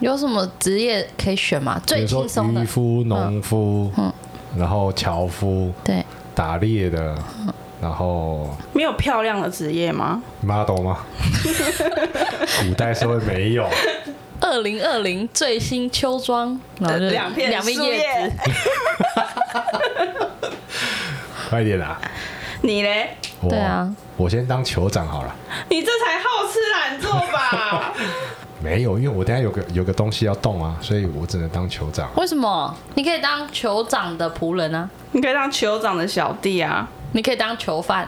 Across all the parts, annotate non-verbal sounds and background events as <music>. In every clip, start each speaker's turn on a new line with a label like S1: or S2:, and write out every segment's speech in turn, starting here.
S1: 有什么职业可以选吗？
S2: 比
S1: 最
S2: 如说
S1: 轻松的嗯
S2: 渔，夫、农夫，然后樵夫、
S1: 对，
S2: 打猎的，
S1: 嗯
S2: 然后
S3: 没有漂亮的职业吗？
S2: model
S1: <laughs>
S2: 吗？古代社会没有，
S1: 二零二零最新秋装，然后就
S3: 两片
S1: 两片
S3: 树
S1: 叶
S3: 叶
S1: 子，，
S2: 快点啦！
S3: 你嘞？
S2: 我
S1: 对啊，
S2: 我先当酋长好了。
S3: 你这才好吃懒做吧？
S2: 没有，因为我等一下有个有个东西要动啊，所以我只能当酋长。
S1: 为什么？你可以当酋长的仆人啊，
S3: <laughs> 你可以当酋长的小弟啊！
S1: 你可以当囚犯，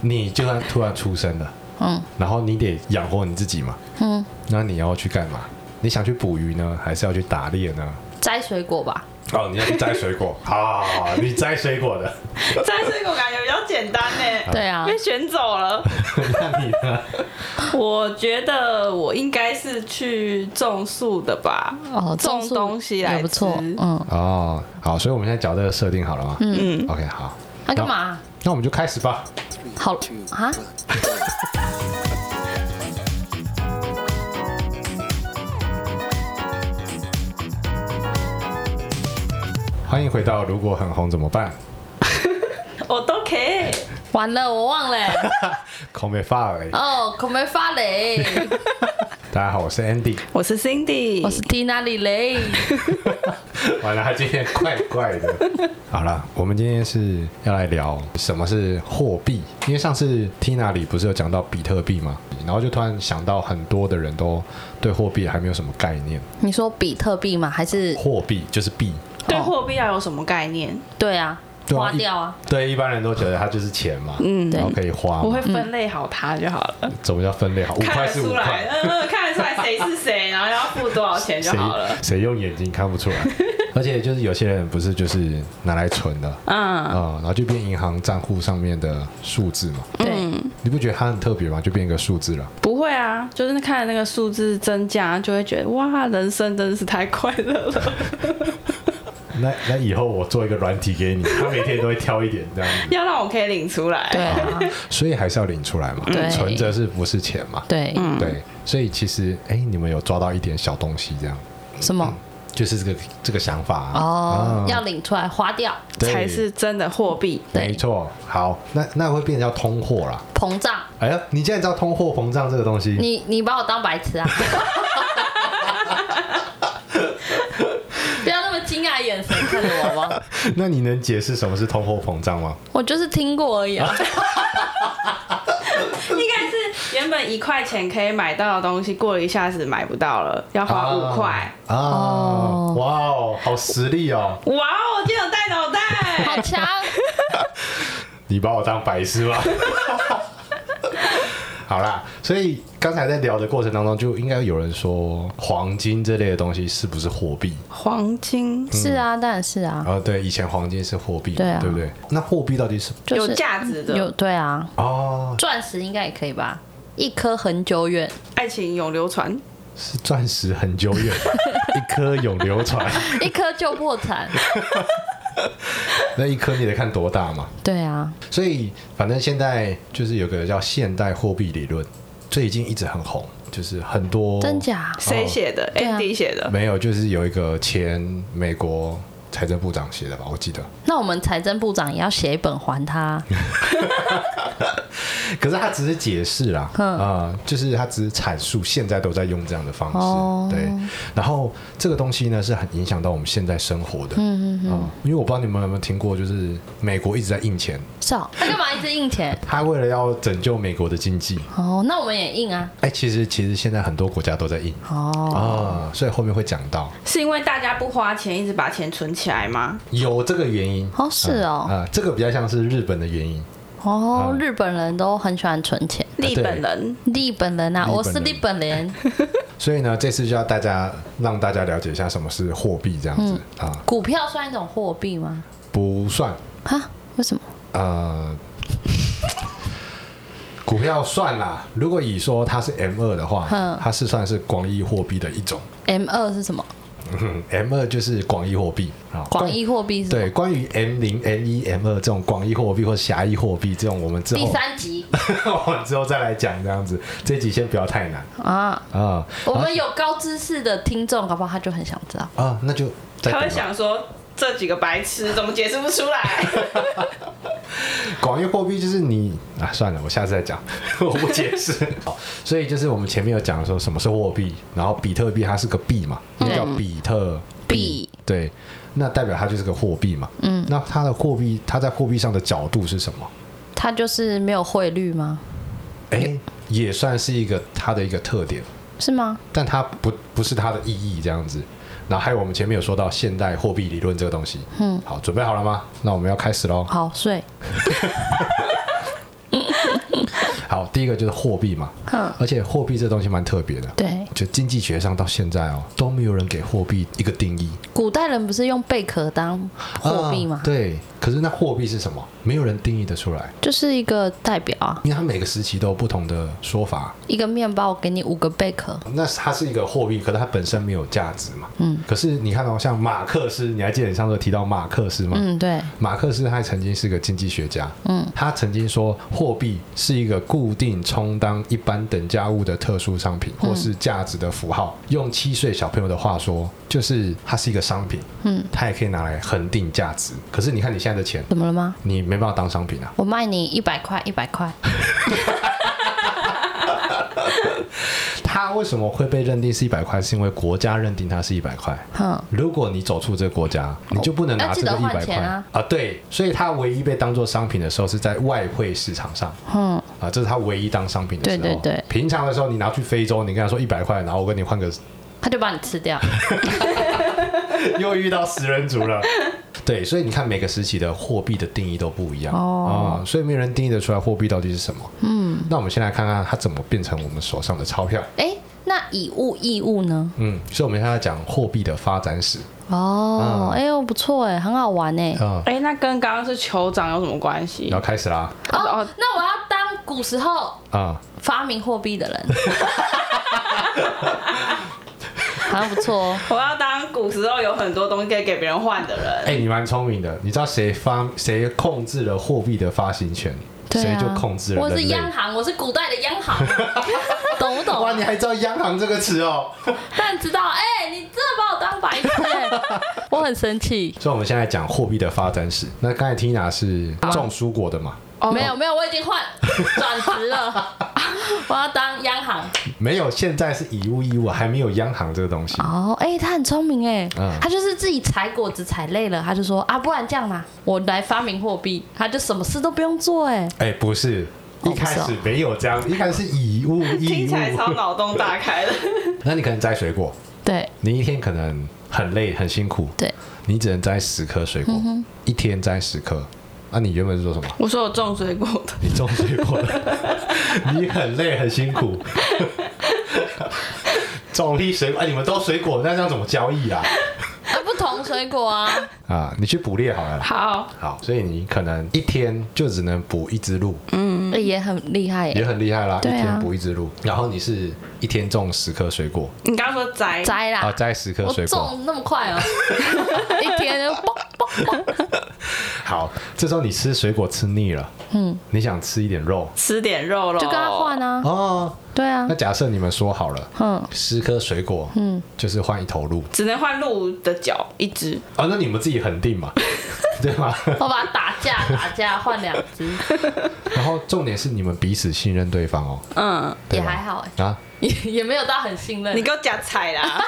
S2: 你就算突然出生了，
S1: 嗯，
S2: 然后你得养活你自己嘛，
S1: 嗯，
S2: 那你要去干嘛？你想去捕鱼呢，还是要去打猎呢？
S1: 摘水果吧。
S2: 哦，你要去摘水果，好好好好，你摘水果的， <laughs>
S3: 摘水果感觉比较简单呢、
S1: 对啊
S3: 被，选走了。
S2: 那你呢？
S3: 我觉得我应该是去种树的吧，
S1: 哦，
S3: 种
S1: 树
S3: 东西来
S1: 也不错，
S3: 吃
S1: 嗯，
S2: 哦，好，所以我们现在讲这个设定好了吗？嗯，OK，好，
S1: 那干嘛？
S2: 那我们就开始吧。
S1: 好啊，
S2: 欢迎回到《如果很红怎么办
S3: 我都可以。
S1: 完了，我忘了欸、》
S2: <laughs> 孔美发尔。
S1: 哦，可没发雷，
S2: 大家好，我是
S1: <laughs>
S2: Andy。
S3: 我是 Cindy，
S1: 我是蒂娜里雷，
S2: 完了，他今天怪怪的。好了，我们今天是要来聊什么是货币，因为上次 Tina 里不是有讲到比特币吗？然后就突然想到，很多的人都对货币还没有什么概念。
S1: 你说比特币吗？还是
S2: 货币就是币，
S3: 对货币要有什么概念？
S1: 对啊，
S2: 对啊
S1: 花掉啊？
S2: 一对一般人都觉得它就是钱嘛，
S3: 嗯
S2: 然后可以
S1: 哦
S2: 花
S3: 我
S2: 嘛
S3: 会。分类好它就好了，
S2: 怎么叫分类好？嗯五
S3: 看
S2: 块
S3: 得
S2: 是五
S3: 出来，
S2: 块，
S3: 嗯，嗯看得出来谁是谁，然后要付多少钱就
S2: 谁
S3: 好了。
S2: 谁用眼睛看不出来？而且就是有些人不是就是拿来存的啊、
S3: 嗯，
S2: 然后就变银行账户上面的数字嘛。
S1: 对，
S2: 你不觉得它很特别吗？就变一个数字了。
S3: 不会啊，就是看那个数字增加，就会觉得哇，人生真是太快乐了。 <laughs>
S2: 那那以后我做一个软体 <laughs> 给你，它每天都会挑一点这样子，
S3: 要让我可以领出来。
S1: 对啊，
S2: 所以还是要领出来嘛，
S1: 对
S2: 存着是不是钱嘛？
S1: 对，
S3: 嗯
S2: 对，所以其实哎、你们有抓到一点小东西，这样
S1: 什么？
S2: 就是这个这个想法啊
S1: 哦，
S2: 啊
S1: 要领出来花掉，
S2: 对
S3: 才是真的货币。
S2: 没错。好，那那会变成叫通货啦。
S1: 膨胀。
S2: 哎呀，你竟然知道通货膨胀这个东西？
S1: 你你把我当白痴啊！ <laughs> 不要那么惊讶的眼神看着我好不好
S2: <laughs> 那你能解释什么是通货膨胀吗？
S1: <laughs> 我就是听过而已啊。
S3: 应该是原本一块钱可以买到的东西，过了一下子买不到了，要花五块。
S2: 啊！
S1: 哦
S2: 哇哦，好实力哦！
S3: 哇哦，今天有带脑
S1: <laughs>
S3: 袋，
S1: <laughs> 好强！
S2: 你把我当白痴吗？ <laughs> 好啦，所以刚才在聊的过程当中，就应该有人说黄金这类的东西是不是货币？
S3: 黄
S2: 嗯
S3: 金
S1: 是啊，当然是啊，
S2: 然后对，以前黄金是货币，
S1: 对啊
S2: 不对？那货币到底是
S1: 就是
S3: 有价值的
S1: 有对啊，
S2: 哦，
S1: 钻石应该也可以吧？一颗很久 <laughs> 远，
S3: 爱情永流传，
S2: 是钻石很久
S1: <laughs>
S2: 远，一颗永流传，
S1: 一颗就破产。
S2: 那一颗你得看多大嘛。
S1: 对啊，
S2: 所以反正现在就是有个叫现代货币理论，最近一直很红，就是很多
S1: 真假？
S3: 谁写的
S1: 对啊
S3: ？Andy 写的。
S2: 没有，就是有一个前美国财政部长写的吧，我记得。
S1: 那我们财政部长也要写一本还他。
S2: 可是他只是解释啦，啊、
S1: 嗯
S2: 就是他只是阐述现在都在用这样的方式，
S1: 哦
S2: 对。然后这个东西呢是很影响到我们现在生活的，嗯嗯嗯、因为我不知道你们有没有听过，就是美国一直在印钱，
S1: 是哦，他干嘛一直印钱？
S2: 他为了要拯救美国的经济，
S1: 哦，那我们也印啊。
S2: 哎、其实其实现在很多国家都在印啊、
S1: 哦，
S2: 所以后面会讲到
S3: 是因为大家不花钱，一直把钱存起来吗？
S2: 有这个原因。
S1: 哦是
S2: 啊、
S1: 哦，
S2: 这个比较像是日本的原因，
S1: 哦，
S2: 嗯
S1: 日本人都很喜欢存钱。
S3: 日本人
S1: 日本人啊，
S2: 日本人
S1: 我是日本人，
S2: 所以呢，这次就要大家让大家了解一下什么是货币这样子啊、
S1: 股票算一种货币吗？
S2: 不算
S1: 哈？为什么？
S2: 呃，股票算啦。如果以说它是 M 二的话
S1: 嗯，
S2: 它是算是广义货币的一种。 <laughs>
S1: M 二是什么？
S2: 嗯，M 二就是广义货币啊，
S1: 广义货币是
S2: 对，关于 M 零、M 一、M 二这种广义货币或狭义货币这种，我们之
S1: 第
S2: 后
S1: 三 <laughs> 集
S2: <laughs> 我们之后再来讲这样子。这集先不要太难
S1: 啊，
S2: 啊
S1: 我们有高知识的听众，搞不好他就很想知道。
S2: 啊，那就再
S3: 他会
S2: 等吧
S3: 想说这几个白痴怎么解释不出来？
S2: 广义货币就是你啊，算了，我下次再讲， <laughs> 我不解 <laughs> 释。好，所以就是我们前面有讲说什么是货币，然后比特币它是个币嘛，又叫比特
S1: 币，
S2: 对，那代表它就是个货币嘛。嗯，那它的货币，它在货币上的角度是什么？
S1: 他就是没有汇率吗？
S2: 哎、也算是一个它的一个特点，
S1: 是吗？
S2: 但它不不是它的意义这样子。然后还有我们前面有说到现代货币理论这个东西，嗯，好，准备好了吗？那我们要开始喽。
S1: 好睡，
S2: 好，第一个就是货币嘛，
S1: 嗯
S2: 而且货币这东西蛮特别的，
S1: 对，
S2: 就经济学上到现在哦，都没有人给货币一个定义。
S1: 古代人不是用贝壳当货币吗
S2: 啊？对，可是那货币是什么？没有人定义得出来，
S1: 就是一个代表啊，
S2: 因为它每个时期都有不同的说法。
S1: 一个面包我给你五个贝壳，
S2: 那它是一个货币，可是它本身没有价值嘛。嗯。可是你看到、像马克思，你还记得你上次有提到马克思吗？
S1: 嗯，对，
S2: 马克思他曾经是个经济学家，嗯，他曾经说货币是一个固定充当一般等价物的特殊商品或是价值的符号。用七岁小朋友的话说，就是它是一个商品，嗯，它也可以拿来恒定价值。可是你看你现在的钱，
S1: 怎么了吗？
S2: 你没办法当商品啊。
S1: 我卖你一百块，一百块，
S2: 它为什么会被认定是一百块？是因为国家认定它是一百块。
S1: 哼，
S2: 如果你走出这个国家，你就不能拿这个
S1: 哦要记
S2: 一
S1: 得
S2: 百
S1: 换
S2: 块
S1: 钱啊
S2: 对，所以它唯一被当做商品的时候是在外汇市场上，
S1: 嗯，
S2: 啊，这是它唯一当商品的时候。
S1: 对对对
S2: 平常的时候，你拿去非洲，你跟他说一百块，然后我跟
S1: <laughs>
S2: 你换个，
S1: 他就把你吃
S2: <laughs>
S1: 掉。
S2: 又遇到食人族了。对，所以你看每个时期的货币的定义都不一样
S1: 哦
S2: 啊、所以没有人定义得出来货币到底是什么。嗯，那我们先来看看它怎么变成我们手上的钞票。
S1: 哎，那以物易物呢？
S2: 嗯，所以我们现在讲货币的发展史
S1: 哦
S2: 嗯，
S1: 哎呦不错哎，很好玩哎。
S2: 啊、
S3: 哎、那跟刚刚是酋长有什么关系
S2: 你要？开始啦
S1: 哦
S3: 哦，
S1: 那我要当古时候
S2: 啊、
S1: 发明货币的人， <laughs> 好像不错哦。
S3: 我要当古时候有很多东西可以给别人换的人。
S2: 哎、你蛮聪明的，你知道谁发谁控制了货币的发行权，
S1: 对
S2: 谁
S1: 啊，
S2: 就控制了
S1: 我
S2: 人
S1: 是
S2: 类。
S1: 央行，我是古代的央行， <laughs> 懂不
S2: 哇，
S1: 懂？
S2: 你还知道“央行”这个词哦？
S1: 但知道，哎，你真的把我当白痴哎， <laughs> 我很生气。
S2: 所以我们现在讲货币的发展史。那刚才 Tina 是种蔬果的嘛？
S3: 哦
S1: 没有没有，我已经 <laughs> 换转职了， <laughs> 我要当央行。
S2: 没有，现在是以物易物，还没有央行这个东西。
S1: 哦，哎、他很聪明哎、
S2: 嗯
S1: 他就是自己采果子采累了，他就说啊，不然这样啦，我来发明货币，他就什么事都不用做哎、
S2: 哎、不是。
S1: 哦
S2: 一开
S1: 不
S2: 始
S1: 是
S2: 没有这样，一开始是哦以物易
S3: 听
S2: 物
S3: 起。来超脑洞大
S1: <laughs>
S3: 开的。
S2: 那你可能摘水果，
S1: 对
S2: 你一天可能很累很辛苦，
S1: 对，
S2: 你只能摘十颗水果，一天摘十颗。那、你原本是做什么？
S3: 我说我种水果的，
S2: 你种水果了， <laughs> 你很累很辛 <laughs> 苦，种一水果，哎，你们都水果，那这样怎么交易啊？
S1: 啊，不同水果啊，
S2: 啊，你去捕猎好了啦。
S3: 好，
S2: 好，所以你可能一天就只能捕一只鹿，
S1: 哎也很厉害、
S2: 也
S1: 欸，
S2: 很厉害啦，一
S1: 对啊
S2: 天捕一只鹿。然后你是一天种十颗水果，
S3: 你刚刚说摘，
S1: 摘啦，
S2: 啊，摘十颗
S1: 我
S2: 水果。
S1: 种那么快 <laughs> 哦、一天就嘣嘣嘣，
S2: 好，这时候你吃水果吃腻了，嗯，你想吃一点肉
S3: 吃点肉喽，
S1: 就跟他换啊，
S2: 哦。
S1: 对啊
S2: 那，假设你们说好了，
S1: 嗯，
S2: 十颗水果，嗯，就是换一头鹿
S3: 只能换鹿的脚一只。
S2: 啊，那你们自己恒定嘛，对吗？
S1: 我把它打架打架换两只，
S2: 然后重点是你们彼此信任对方哦，
S3: 嗯，
S2: 对
S1: 也
S2: 吧
S1: 还好哎、
S2: 啊，
S1: 也也没有到很信任
S3: 你。给我夹菜
S1: <laughs>
S3: 啦。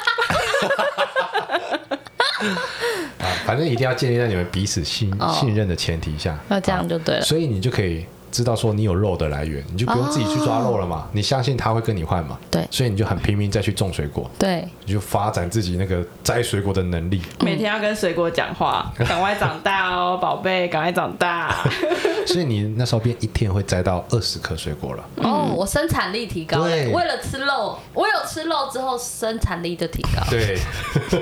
S2: 啊，反正一定要建立在你们彼此信、
S1: 哦
S2: 信任的前提下，
S1: 那这样就对了
S2: 所以你就可以知道说你有肉的来源，你就不用自己去抓肉了嘛，你相信他会跟你换嘛，
S1: 哦对
S2: 所以你就很拼命再去种水果，
S1: 对，
S2: 你就发展自己那个摘水果的能力，
S3: 每天要跟水果讲话，赶快长大哦，宝贝，赶快长
S1: <laughs>
S3: 大。
S2: 所以你那时候变一天会摘到二十颗水果了，
S1: 哦，我生产力提高了，
S2: 对
S1: 为了吃肉，我有吃肉之后生产力就提高。
S2: 对， <laughs>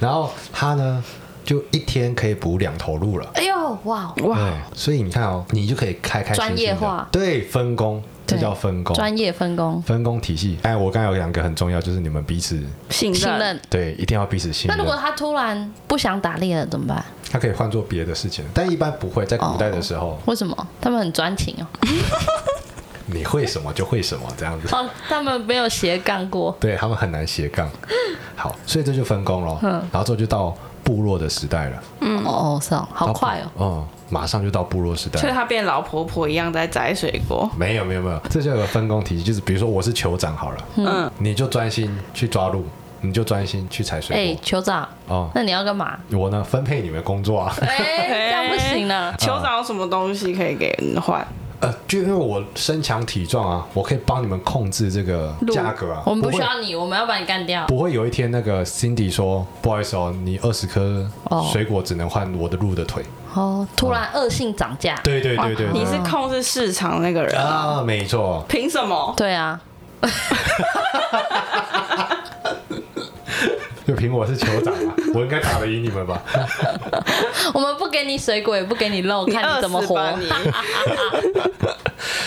S2: 然后他呢就一天可以捕两头鹿了。
S1: 哎呦，哇，
S3: 哇，
S2: 对，所以你看哦，你就可以开开心心地
S1: 专业化
S2: 对，分工。这叫分工。
S1: 专业分工、
S2: 分工体系，哎，我刚才有两个很重要，就是你们彼此
S3: 信
S1: 信
S3: 任，
S1: 任。
S2: 对，一定要彼此信
S1: 那
S2: 任
S1: 如。果他突然不想打猎了怎么办？
S2: 它可以换做别的事情，但一般不会。在古代
S1: 哦
S2: 的时候，
S1: 为什么？他们很专情哦。
S2: 你会什么就会什么这样子。
S1: 哦，他们没有斜杠过。
S2: <laughs> 对他们很难斜杠。好，所以这就分工咯。然后之后就到部落的时代了。
S1: 嗯，哦，是哦，好快哦。啊
S2: 哦。嗯，马上就到部落时代
S3: 所以
S2: 了。
S3: 她变老婆婆一样在摘水果。
S2: 没有没有没有，这就有个分工体系，就是比如说我是酋长好了，
S3: 嗯，
S2: 你就专心去抓鹿，你就专心去采
S1: 哎
S2: 水，
S1: 酋长，
S2: 果。哦，
S1: 那你要干嘛？
S2: 我呢分配你们工作啊。 <laughs>
S1: 哎， <laughs> 这样不行了。
S3: 哎
S2: 哎
S3: 酋长有什么东西可以给人换？
S2: 呃，就因为我身强体壮啊，我可以帮你们控制这个价格啊。
S1: 我们不
S2: 会
S1: 需要你，我们要把你干掉。
S2: 不会有一天那个 Cindy 说，不好意思哦，你二十颗
S1: 哦
S2: 水果只能换我的鹿的腿。
S1: 哦，突然恶性涨价。
S2: 对对对对，
S3: 哦你是控制市场那个人，
S2: 啊，没错，
S3: 凭什么？
S1: 对啊，
S2: 就凭我是酋长
S1: <laughs>
S2: 啊，我应该打得赢你们吧？
S1: 我们不给你水果，也不给你肉，
S3: 你
S1: 看
S3: 饿
S1: 你怎么
S3: 死
S1: 活。<laughs>
S3: 吧你？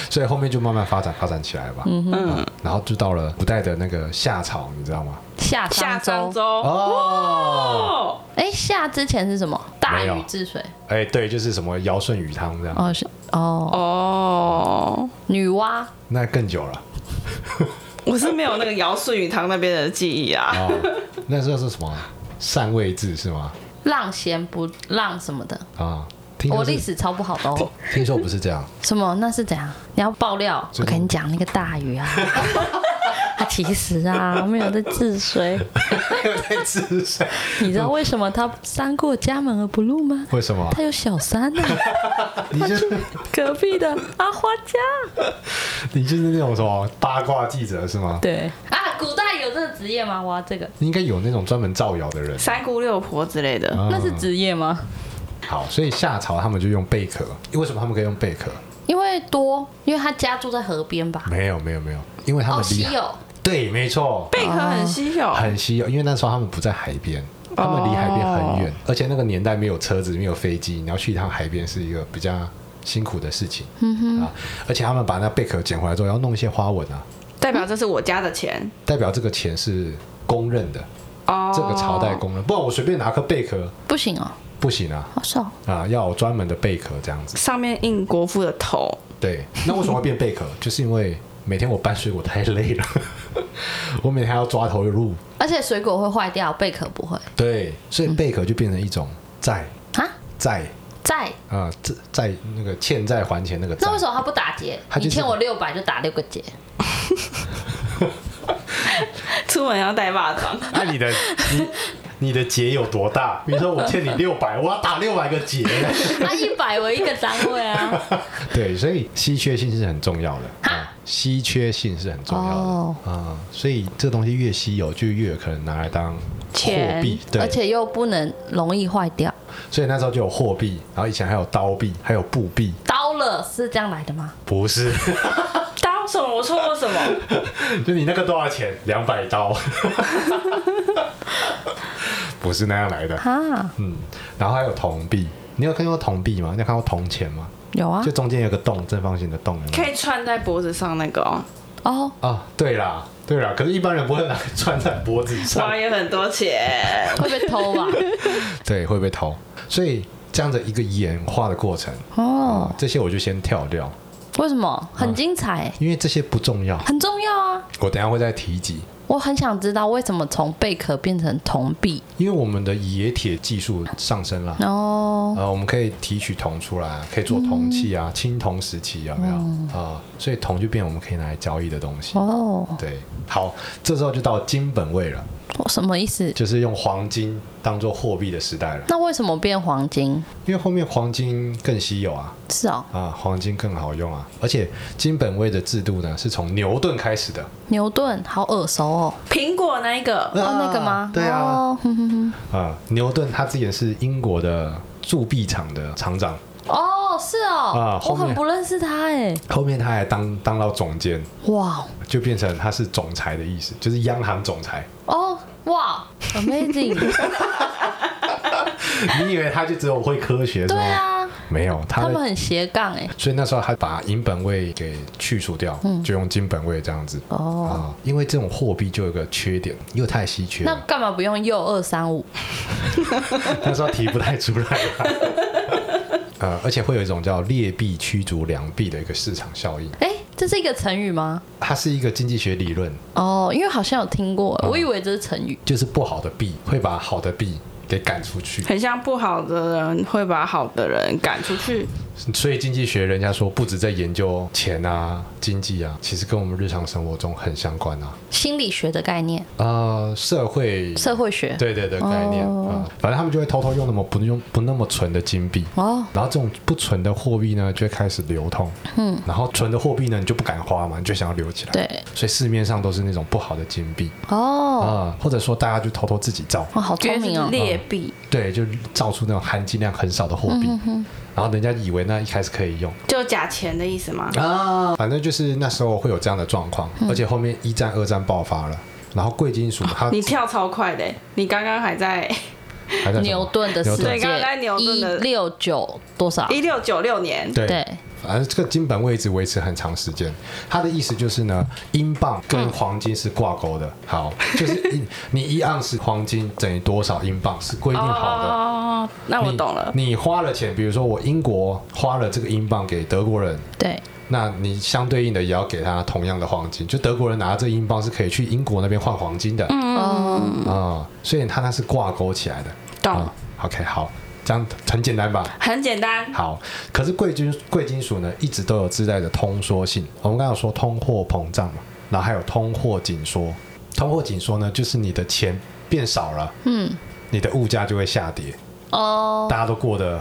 S2: 所以后面就慢慢发展发展起来吧。嗯哼，然后就到了古代的那个夏朝，你知道吗？
S1: 夏
S3: 下
S1: 商
S3: 商
S1: 周，
S3: 周
S2: 哦，
S3: 哦，
S1: 哎，夏之前是什么？大
S2: 没有
S1: 禹治水。
S2: 哎，对，就是什么尧舜禹汤这样，
S1: 哦，是哦，
S3: 哦，
S1: 女娲。
S2: 那更久了。
S3: 我是没有那个尧舜禹汤那边的记忆啊。
S2: 哦，那时候是什么禅位制是吗？
S1: 让贤不让什么的，
S2: 啊，听
S1: 我
S2: 说
S1: 历
S2: 是
S1: 史超不好的哦。
S2: 听说不是这 <laughs> 样，
S1: 什么？那是怎样？你要爆料？我
S2: 最近
S1: 跟你讲，那个大禹啊， <laughs> 他其实啊没有在治
S2: <laughs>
S1: 水。
S2: 太自身。
S1: 你知道为什么他三过家门而不入吗？
S2: 为什么？
S1: 他有小三呢、
S2: <laughs> 你就是
S1: 隔壁的阿花家。
S2: 你就是那种什么八卦记者是吗？
S1: 对啊，古代有这个职业吗？哇，这个
S2: 应该有那种专门造谣的人。
S3: 三姑六婆之类的，
S2: 啊
S1: 那是职业吗？
S2: 好，所以夏朝他们就用贝壳。为什么他们可以用贝壳？
S1: 因为多，因为他家住在河边吧。
S2: 没有没有没有，因为他
S1: 哦，
S2: 们
S1: 稀
S2: 离海、
S1: 有
S2: 对，没错，
S3: 贝壳很稀有，
S2: 很稀有，因为那时候他们不在海边。他们离海边很远，而且那个年代没有车子，没有飞机，你要去一趟海边是一个比较辛苦的事情、嗯、啊！而且他们把那贝壳捡回来之后，要弄一些花纹啊，
S3: 代表这是我家的钱
S2: 代表这个钱是公认的，哎
S3: 哦。
S2: 这个朝代公认。不然我随便拿颗贝壳
S1: 不行哦，
S2: 不行啊
S1: 好少。
S2: 啊！要有专门的贝壳这样子。
S3: 上面印国父的头，
S2: 对，那为什么会变贝壳？ <laughs> 就是因为每天我搬水果太累了， <laughs> 我每天还要抓头鹿。
S1: 而且水果会坏掉，贝壳不会
S2: 对，所以贝壳就变成一种债
S1: 啊。
S2: 债
S1: 在
S2: 啊，债债那个欠债还钱那个债
S1: 那。为什么他不打结？
S2: 他就
S1: 你
S2: 是
S1: 欠我六百就打六个
S2: <laughs>
S1: 结，
S3: 出门要带巴掌。
S2: 那、你的你你的结有多大？比如说我欠你六百，我要打六百个结。 <laughs>
S1: 他啊一百为一个单位啊。
S2: 对，所以稀缺性是很重要的啊，稀缺性是很重要的啊、
S1: 哦
S2: 所以这东西越稀有，就越有可能拿来当
S3: 钱
S2: 货币，对，
S1: 而且又不能容易坏掉。
S2: 所以那时候就有货币，然后以前还有刀币，还有布币，
S1: 刀了是这样来的吗？
S2: 不是，
S3: 刀什么？我错过什么？
S2: <laughs> 就你那个多少钱？两百
S1: <laughs>
S2: 刀，不是那样来的。
S1: 啊，
S2: 嗯，然后还有铜币，你有看过铜币吗？你有看过铜钱吗？
S1: 有啊
S2: 就。中间有个洞，正方形的洞。有没有
S3: 可以穿在脖子上那个哦。
S1: 哦，
S2: 啊，对啦，对啦，可是一般人不会拿来穿在脖子
S1: <laughs>
S2: 上
S3: 花，也很多钱，
S1: 会被偷吧？
S2: 对，会被偷。所以这样的一个演化的过程，
S1: <laughs> 哦，
S2: 这些我就先跳掉，
S1: 为什
S2: 啊
S1: 么？很精彩、
S2: 因为这些不重要，
S1: 很重要啊！
S2: 我等一下会再提及。
S1: 我很想知道为什么从贝壳变成铜币
S2: 因为我们的冶铁技术上升了。
S1: 哦。嗯
S2: 呃，我们可以提取铜出来啊，可以做铜器啊，青铜时期有没有啊、所以铜就变我们可以拿来交易的东西。
S1: 哦，
S2: 对，好，这时候就到金本位了，
S1: 我什么意思？
S2: 就是用黄金当做货币的时代了。
S1: 那为什么变黄金？
S2: 因为后面黄金更稀有啊，
S1: 是哦，
S2: 啊，黄金更好用啊，而且金本位的制度呢是从牛顿开始的。
S1: 牛顿好耳熟哦。
S3: 苹果那一个
S1: 哦，那个吗？
S2: 对啊，
S1: 哦，哼哼哼
S2: 啊，牛顿他之前是英国的铸币厂的厂长，
S1: 哦，是哦我
S2: 啊，后面
S1: 很不认识他哎。
S2: 后面他还当当到总监，
S1: 哇
S2: 就变成他是总裁的意思，就是央行总裁。 <laughs>
S1: 哦，哇，amazing！ <laughs>
S2: 你以为他就只有会科学是
S1: 对
S2: 吗？
S1: 啊，
S2: 没有，他
S1: 他
S2: 的
S1: 们很斜杠哎、
S2: 所以那时候他把银本位给去除掉，
S1: 嗯
S2: 就用金本位这样子。啊、
S1: 哦，
S2: 因为这种货币就有个缺点，又太稀缺
S1: 那
S2: 了，
S1: 干嘛不用右二三五？
S2: <laughs> 那时候提不太出来 <laughs> 了。呃，而且会有一种叫劣币驱逐良币的一个市场效应，
S1: 哎，这是一个成语吗？
S2: 它是一个经济学理论，
S1: 哦，因为好像有听过，我以为这是成语。
S2: 就是不好的币会把好的币给赶出去，
S3: 很像不好的人会把好的人赶出去。
S2: 所以经济学人家说不止在研究钱啊、经济啊，其实跟我们日常生活中很相关啊。
S1: 心理学的概念，
S2: 呃，社会
S1: 社会学。
S2: 对对对，概念啊、
S1: 哦
S2: 反正他们就会偷偷用那么不用不那么纯的金币，
S1: 哦，
S2: 然后这种不纯的货币呢，就会开始流通，嗯，然后纯的货币呢，你就不敢花嘛，你就想要留起来，
S1: 对，
S2: 所以市面上都是那种不好的金币啊、
S1: 哦，
S2: 或者说大家就偷偷自己造，
S1: 哇，好聪明
S3: 觉
S1: 哦
S3: 得是。劣币，
S2: 对，就造出那种含金量很少的货币，然后人家以为那一开始可以用。
S3: 就假钱的意思吗？
S2: 啊，反正就是那时候会有这样的状况，而且后面一战、二战爆发了，然后贵金属它
S3: 哦你跳超快的，你刚刚还在
S2: 啊还在什么
S1: 牛顿的世
S2: 牛顿
S1: 界，
S3: 对刚刚在牛
S1: 一
S3: 顿的
S1: 六九多少？
S3: 一六九六年，
S2: 对
S1: 对，
S2: 反正这个金本位一直维持很长时间。它的意思就是呢，英镑跟黄金是挂钩的。好，就是一 <laughs> 你一盎司黄金等于多少英镑是规定好的。
S3: 哦，那我
S2: 你
S3: 懂了。
S2: 你花了钱，比如说我英国花了这个英镑给德国人，
S1: 对，
S2: 那你相对应的也要给他同样的黄金。就德国人拿这英镑是可以去英国那边换黄金的啊、
S3: 嗯
S1: 哦，
S2: 所以它那是挂钩起来的。
S3: 懂
S2: 啊、OK，好，这样很简单吧？
S3: 很简单，
S2: 好，可是贵金贵金属呢，一直都有自带的通缩性。我们刚刚有说通货膨胀嘛，然后还有通货紧缩。通货紧缩呢，就是你的钱变少了，
S1: 嗯，
S2: 你的物价就会下跌，
S1: 哦，
S2: 大家都过得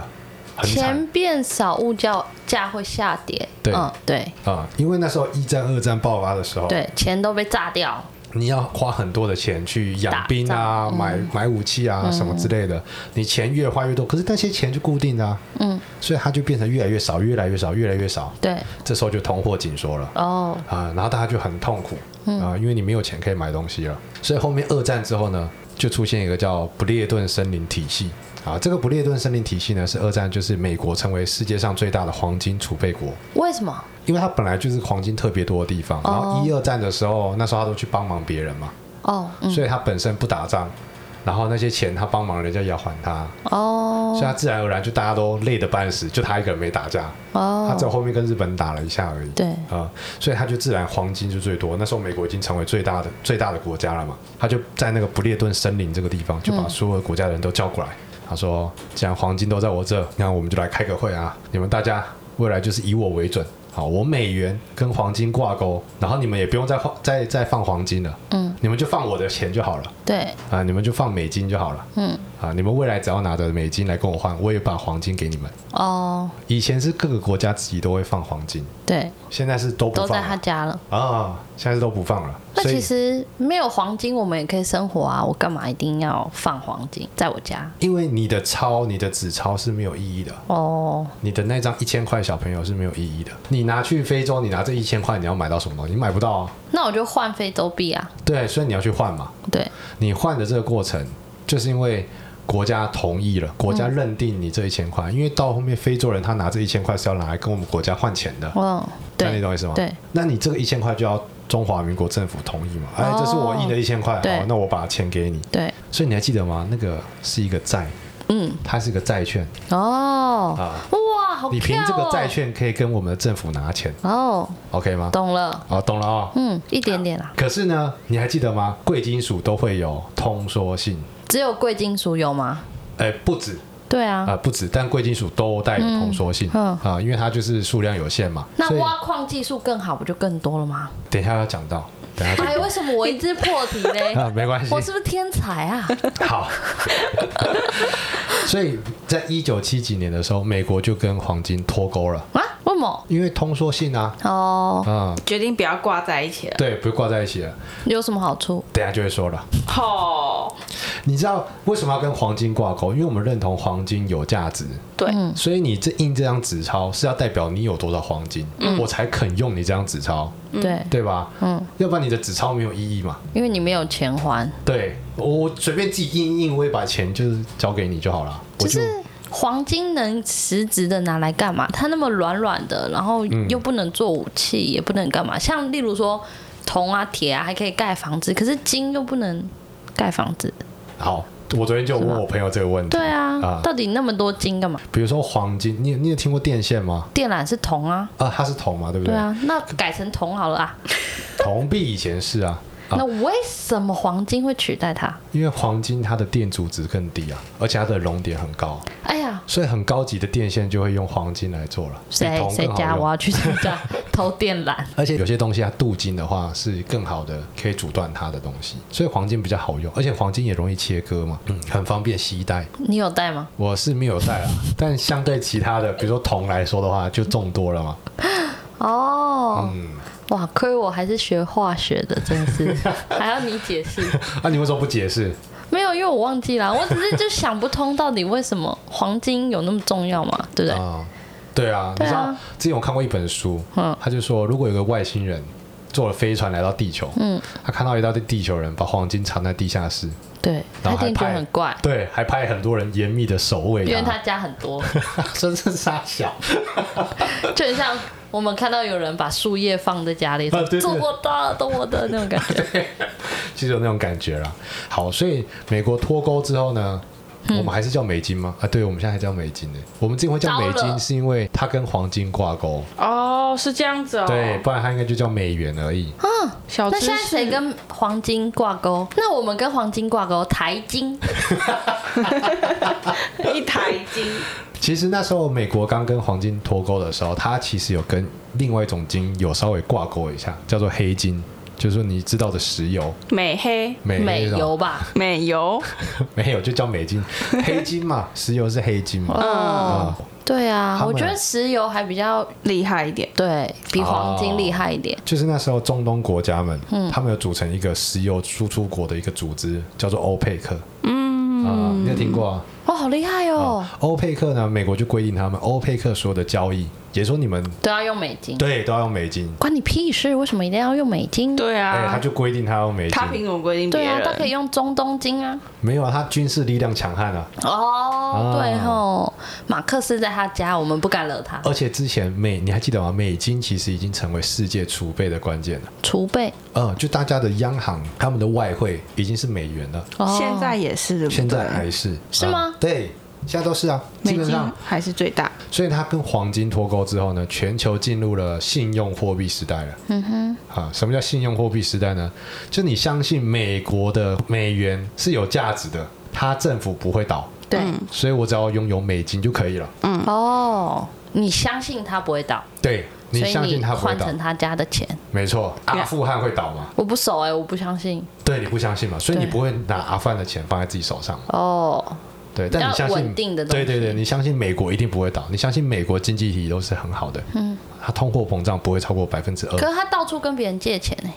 S2: 很
S1: 钱
S2: 惨
S1: 变少，物价价会下跌。
S2: 对哦
S1: 嗯，对，
S2: 啊、因为那时候一战、二战爆发的时候，
S1: 对，钱都被炸掉。
S2: 你要花很多的钱去养
S1: 打
S2: 兵啊、
S1: 仗嗯
S2: 买买武器啊、什么之类的，你钱越花越多，可是那些钱就固定的、啊，
S1: 嗯，
S2: 所以它就变成越来越少、越来越少、越来越少，
S1: 对，
S2: 这时候就通货紧缩了。
S1: 哦，
S2: 啊、然后大家就很痛苦
S1: 嗯
S2: 啊、因为你没有钱可以买东西了。所以后面二战之后呢，就出现一个叫不列顿森林体系啊。这个不列顿森林体系呢，是二战就是美国成为世界上最大的黄金储备国，
S1: 为什么？
S2: 因为它本来就是黄金特别多的地方。然后
S1: 哦
S2: 一二战的时候，那时候他都去帮忙别人嘛，
S1: 哦，嗯，
S2: 所以他本身不打仗。然后那些钱他帮忙，人家也要还他，所以
S1: 哦，
S2: 他自然而然就大家都累得半死，就他一个人没打架，他只有
S1: 哦，
S2: 后面跟日本打了一下而已。
S1: 对，
S2: 啊、所以它就自然黄金就最多。那时候美国已经成为最大的最大的国家了嘛，他就在那个不列顿森林这个地方，就把
S1: 嗯
S2: 所有的国家的人都叫过来。他说：“既然黄金都在我这，那我们就来开个会啊！你们大家未来就是以我为准，好，我美元跟黄金挂钩，然后你们也不用再放再再放黄金了，
S1: 嗯，
S2: 你们就放我的钱就好了。”
S1: 对，
S2: 啊，你们就放美金就好了。
S1: 嗯，
S2: 啊，你们未来只要拿着美金来跟我换，我也把黄金给你们。
S1: 哦，
S2: 以前是各个国家自己都会放黄金，
S1: 对，
S2: 现在是都不
S1: 都
S2: 放
S1: 在
S2: 了
S1: 他家了。
S2: 啊，现在是都不放了。
S1: 那
S2: 所以
S1: 其实没有黄金，我们也可以生活啊。我干嘛一定要放黄金在我家？
S2: 因为你的钞、你的纸钞是没有意义的，
S1: 哦，
S2: 你的那张一千块小朋友是没有意义的。你拿去非洲，你拿这一千块，你要买到什么东西？你买不到啊。
S1: 那我就换非洲币啊。
S2: 对，所以你要去换嘛。
S1: 对，
S2: 你换的这个过程，就是因为国家同意了，国家认定你这一千块，因为到后面非洲人他拿这一千块是要拿来跟我们国家换钱的。
S1: 嗯，
S2: 那
S1: 对，
S2: 你懂我意思吗？
S1: 对，
S2: 那你这个一千块就要中华民国政府同意嘛？哎，这是我印的一千块，
S1: 对
S2: 好，那我把钱给你。
S1: 对，
S2: 所以你还记得吗？那个是一个债，
S1: 嗯，
S2: 它是一个债券
S1: 哦，
S2: 啊。
S1: 哇，好
S2: 你凭
S1: 跳
S2: 这个
S1: 哦
S2: 债券可以跟我们的政府拿钱
S1: 哦，
S2: ，OK 吗？
S1: 懂了，
S2: 哦，懂了哦。
S1: 嗯，一点点啦。
S2: 可是呢，你还记得吗？贵金属都会有通缩性，
S1: 只有贵金属有吗？
S2: 哎，不止
S1: 对
S2: 啊、
S1: 啊，
S2: 不止，但贵金属都带有通缩性
S1: 嗯
S2: 啊、因为它就是数量有限嘛。
S1: 那
S2: 所以
S1: 挖矿技术更好，不就更多了
S2: <laughs>
S1: 吗？
S2: 等一下要讲到，等一下？
S1: 哎，为什么我一直破题嘞
S2: <laughs> 啊，没关系
S1: 我，是不是天才啊？
S2: 好。 <laughs> 所以在一九七几年的时候，美国就跟黄金脱钩了，
S1: 啊，为什么？
S2: 因为通缩性啊，
S1: 哦，
S2: 啊、
S3: 决定不要挂在一起了。
S2: 对，不是挂在一起了，
S1: 有什么好处？
S2: 等一下就会说了。
S3: 哦，
S2: 你知道为什么要跟黄金挂钩？因为我们认同黄金有价值，
S3: 对，
S1: 嗯
S2: 所以你这印这张纸钞是要代表你有多少黄金，我才肯用你这张纸钞，
S1: 对，
S2: 对吧？
S1: 嗯，
S2: 要不然你的纸钞没有意义嘛。
S1: 因为你没有钱还，
S2: 对我我随便自己印一印，我也把钱就是交给你就好了，我就。
S1: 黄金能实质的拿来干嘛？它那么软软的，然后
S2: 嗯
S1: 又不能做武器，也不能干嘛。像例如说铜啊、铁啊，还可以盖房子，可是金又不能盖房子。
S2: 好，我昨天就问我朋友这个问题。
S1: 对啊，
S2: 啊，
S1: 到底那么多金干嘛？
S2: 比如说黄金，你你有听过电线吗？
S1: 电缆是铜啊，
S2: 啊，它是铜嘛，对不
S1: 对
S2: 对？
S1: 啊，那改成铜好了啊。
S2: 铜币以前是啊，啊
S1: 那为什么黄金会取代它？
S2: 因为黄金它的电阻值更低啊，而且它的熔点很高，啊
S1: 哎呀，
S2: 所以很高级的电线就会用黄金来做了。比
S1: 谁
S2: 铜
S1: 谁
S2: 更好
S1: 家
S2: 用
S1: 我要去他
S2: <laughs>
S1: 家偷电缆？
S2: 而且有些东西它镀金的话是更好的，可以阻断它的东西，所以黄金比较好用，而且黄金也容易切割嘛，嗯，很方便携带。
S1: 你有带吗？
S2: 我是没有带啦，啊 <laughs> 但相对其他的，比如说铜来说的话，就众多了嘛。
S1: 哦，
S2: 嗯
S1: 哇，亏我还是学化学的，真的
S2: <laughs>
S1: 是还要你解释。
S2: 啊，你为什么不解释？
S1: 没有，因为我忘记了，我只是就想不通到底为什么黄金有那么重要嘛，对不对？
S2: 啊，对啊，你
S1: 对啊
S2: 知道之前我看过一本书，
S1: 嗯
S2: 他就说如果有个外星人坐了飞船来到地球，嗯，他看到一大堆地球人把黄金藏在地下室，
S1: 对，他
S2: 然后
S1: 一
S2: 还
S1: 定觉得
S2: 派
S1: 很怪，
S2: 对，还派很多人严密的守卫，啊
S1: 因为他家很
S2: <laughs>
S1: 多，
S2: 真是傻小。
S1: 就很像我们看到有人把树叶放在家里，
S2: 啊
S1: 说
S2: 对对
S1: 做我的，懂我的那种感
S2: <laughs>
S1: 觉。
S2: 其实有那种感觉啦。好，所以美国脱钩之后呢，
S1: 嗯
S2: 我们还是叫美金吗？啊，对，我们现在还叫美金呢。我们之前会叫美
S1: 糟
S2: 金，
S1: 了
S2: 是因为它跟黄金挂钩，
S3: 哦，是这样子哦。
S2: 对，，不然它应该就叫美元而已。
S3: 小
S1: 那
S3: 知识。
S1: 现在谁跟黄金挂钩？哦那我们跟黄金挂钩，台金。
S3: 一台金？
S2: 其实那时候美国刚跟黄金脱钩的时候，它其实有跟另外一种金有稍微挂钩一下，叫做黑金。就是说你知道的石油，
S3: 美黑、
S2: 美
S1: 美
S2: 那种
S1: 油吧？
S3: 美油，
S2: <laughs> 没有就叫美金，黑金嘛，石油是黑金嘛，
S1: 哦，对啊
S2: 他，们
S1: 我觉得石油还比较
S3: 厉害一点。
S1: 对比黄金厉害一点。
S2: 就是那时候中东国家们，他们有组成一个石油输出国的一个组织，叫做欧佩克。嗯，啊，你有听过啊？
S1: 哇，好厉害哦！
S2: 欧佩克呢，美国就规定他们欧佩克所有的交易，也说你们
S1: 都要用美金，
S2: 对都要用美金，
S1: 关你屁事？为什么一定要用美金？
S3: 对
S2: 哎，
S3: 啊，
S2: 他就规定他用美金
S3: 他，凭什么规定别
S1: 对啊，
S3: 人？
S1: 他可以用中东金啊。
S2: 没有啊，他军事力量强悍啊。
S1: 哦，
S2: 啊
S1: 对吼，马克思在他家，我们不敢惹他。
S2: 而且之前美，你还记得吗？美金其实已经成为世界储备的关键了。
S1: 储备，
S2: 嗯，就大家的央行他们的外汇已经是美元了，
S1: 哦
S3: 现在也是，对不对
S2: 现在还是
S1: 是吗
S2: 嗯对，现在都是啊，基
S3: 美
S2: 本
S3: 金
S2: 上
S3: 还是最大。
S2: 所以它跟黄金脱钩之后呢，全球进入了信用货币时代了。嗯哼，啊，什么叫信用货币时代呢？就你相信美国的美元是有价值的，它政府不会倒，
S1: 对
S3: 嗯
S2: 所以我只要拥有美金就可以了。
S1: 哦，你相信他不会倒，
S2: 对，你
S1: 所
S2: 相
S1: 以
S2: 信
S1: 你
S2: 它不会
S1: 换
S2: 倒
S1: 成，啊他家的钱。
S2: 没错。阿富汗会倒吗？
S1: 我不熟哎、我不相信
S2: 对，你不相信嘛，所以你
S1: 对
S2: 不会拿阿富汗的钱放在自己手上嘛。
S1: 哦。
S2: 对，但你
S1: 要
S2: 相信
S1: 稳定的东
S2: 对
S1: 西
S2: 对对，你相信美国一定不会倒，你相信美国经济体都是很好的，嗯，它通货膨胀不会超过百分之二
S1: 可，是他到处跟别人借钱哎、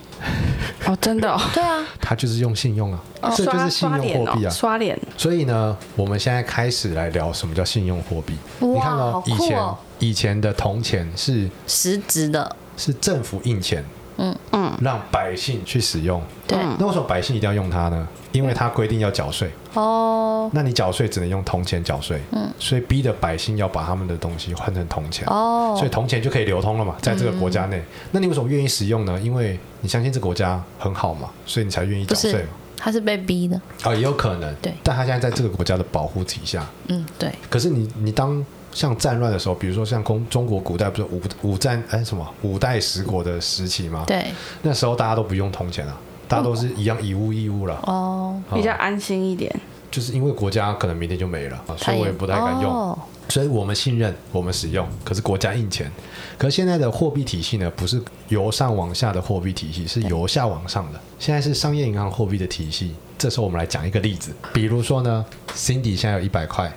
S3: 哦，真的哦。
S1: 对啊，
S2: 它就是用信用啊，
S1: 哦
S2: 这就
S3: 刷
S2: 是信
S3: 刷
S2: 用
S3: 脸
S2: 货币
S3: 哦，
S2: 啊。
S3: 刷脸。
S2: 所以呢，我们现在开始来聊什么叫信用货币。
S1: 哇
S2: 你看到、
S1: 好酷
S2: 以
S1: 哦
S2: 前以前的铜钱是
S1: 实质的，
S2: 是政府印钱，
S1: 嗯
S2: 嗯，让百姓去使用。
S1: 对、
S3: 嗯
S2: 那为什么百姓一定要用它呢？因为它规定要缴税，
S1: 哦
S2: 那你缴税只能用铜钱缴税，嗯，所以逼的百姓要把他们的东西换成铜钱。
S1: 哦，嗯
S2: 所以铜钱就可以流通了嘛，在这个国家内，那你为什么愿意使用呢？因为你相信这个国家很好嘛，所以你才愿意
S1: 不
S2: 缴税
S1: 是
S2: 嘛。
S1: 他是被逼的，
S2: 啊，也有可能。
S1: 对
S2: 但他现在在这个国家的保护底下，
S1: 嗯对，
S2: 可是你你当像战乱的时候，比如说像中中国古代不是五五战哎什么五代十国的时期吗？，
S1: 对嗯
S2: 那时候大家都不用铜钱了，大家都是一样以物易物了，
S1: 哦，
S2: 哦
S3: 比较安心一点，
S2: 就是因为国家可能明天就没了，啊所以我也不太敢用。
S1: 哦
S2: 所以我们信任，我们使用，可是国家印钱。可是现在的货币体系呢，不是由上往下的货币体系，是由下往上的。现在是商业银行货币的体系。这时候我们来讲一个例子，比如说呢，Cindy 现在有一百块，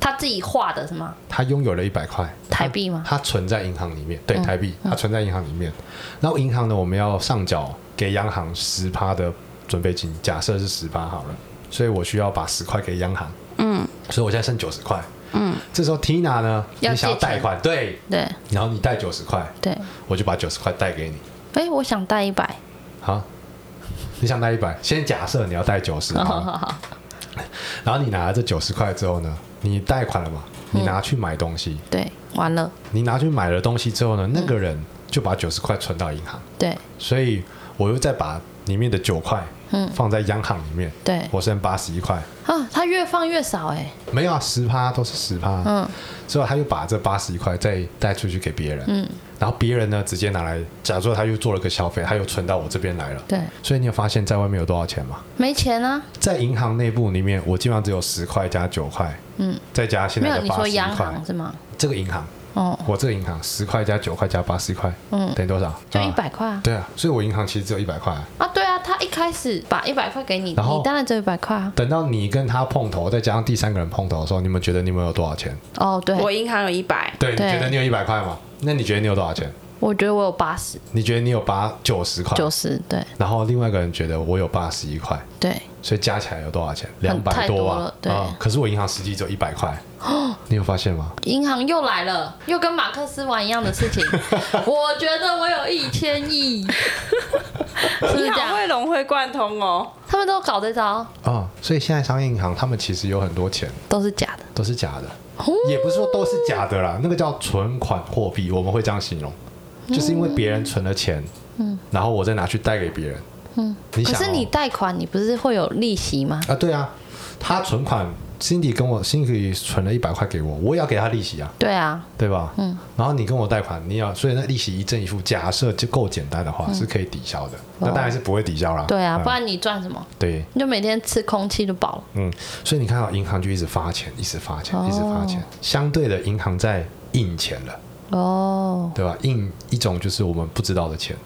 S1: 他自己画的是吗？
S2: 他拥有了一百块
S1: 台币吗
S2: 它存在银行里面，对，台币它存在银行里面。然后银行呢，我们要上缴给央行十趴的准备金，假设是十趴好了，所以我需要把十块给央行，
S3: 嗯，
S2: 所以我现在剩九十块，嗯，这时候 Tina 呢，
S1: 要
S2: 你想要
S1: 借钱
S2: 贷款，对，
S1: 对
S2: 然后你贷九十块，
S1: 对，
S2: 我就把九十块贷给你，
S1: 哎、我想带一百，
S2: 好。你想贷一百，先假设你要贷九十，
S1: 好好好，
S2: 然后你拿了这九十块之后呢，你贷款了嘛，
S1: 嗯
S2: 你拿去买东西，
S1: <laughs> 对，完了，
S2: 你拿去买了东西之后呢，那个人就把九十块存到银行，
S1: 对
S2: 所以我又再把里面的九块
S1: 嗯
S2: 放在央行里面，
S1: 对
S2: 我剩八十一块，
S1: 啊，他越放越少哎、
S2: 没有啊，十趴都是十趴，
S1: 嗯，
S2: 之后他又把这八十一块再带出去给别人，嗯，然后别人呢直接拿来，假如说他又做了个消费，他又存到我这边来了，
S1: 对，
S2: 所以你有发现在外面有多少钱吗？
S1: 没钱啊，
S2: 在银行内部里面，我基本上只有十块加九块，嗯，再加现
S1: 没
S2: 在
S1: 有
S2: 的
S1: 你
S2: 八
S1: 说
S2: 十一
S1: 央行
S2: 块，
S1: 是吗？
S2: 这个银行，
S1: 哦，
S2: 我这个银行十块加九块加八十一块，
S1: 嗯
S2: 等于多少？
S1: 就
S2: 啊
S1: 一百块啊。
S2: 对啊，所以我银行其实只有一百块啊。
S1: 啊，对啊，他一开始把一百块给你，
S2: 然后
S1: 你当然只有一百块啊。
S2: 等到你跟他碰头，再加上第三个人碰头的时候，你们觉得你们有多少钱？
S1: 哦，对，
S3: 我
S1: 我
S3: 银行有一百，
S2: 对，你
S1: 对
S2: 觉得你有一百块吗？那你觉得你有多少钱？
S1: 觉得我有八十、
S2: 你觉得你有八九十块，
S1: 九十，对
S2: 然后另外一个人觉得我有八十一块，
S1: 对，
S2: 所以加起来有多少钱？两
S1: 很
S2: 百
S1: 太多
S2: 万
S1: 了。对
S2: 啊可是我银行实际只有一百
S1: <gasps>
S2: 块，你有发现吗？
S1: 银行又来了，又跟马克思玩一样的事情。我觉得我有一千亿，是不是
S3: 你
S1: 这
S3: 好
S1: 样？
S3: 会融会贯通哦。
S1: 他们都搞这招，
S2: 啊、所以现在商业银行他们其实有很多钱
S1: 都是假的。
S2: 都是假的，
S1: 哦
S2: 也不是说都是假的啦，那个叫存款货币，我们会这样形容，
S1: 嗯
S2: 就是因为别人存了钱，嗯，然后我再拿去贷给别人，嗯，你
S1: 可
S2: 想、哦，
S1: 是你贷款，你不是会有利息吗？
S2: 啊，对啊，他存款，Cindy 跟我 Cindy 存了一百块给我，我也要给他利息啊，
S1: 对啊，
S2: 对吧？嗯，然后你跟我贷款，你也要，所以那利息一正一负，假设就够简单的话，是可以抵消的，那当然是不会抵消啦。
S1: 嗯哦对啊，
S2: 嗯
S1: 不然你赚什么？
S2: 对，
S1: 你就每天吃空气就饱了。
S2: 嗯，所以你看到银行就一直发钱，一直发钱，一直发钱，相对的银行在印钱了，
S1: 哦，
S2: 对吧？印一种就是我们不知道的钱，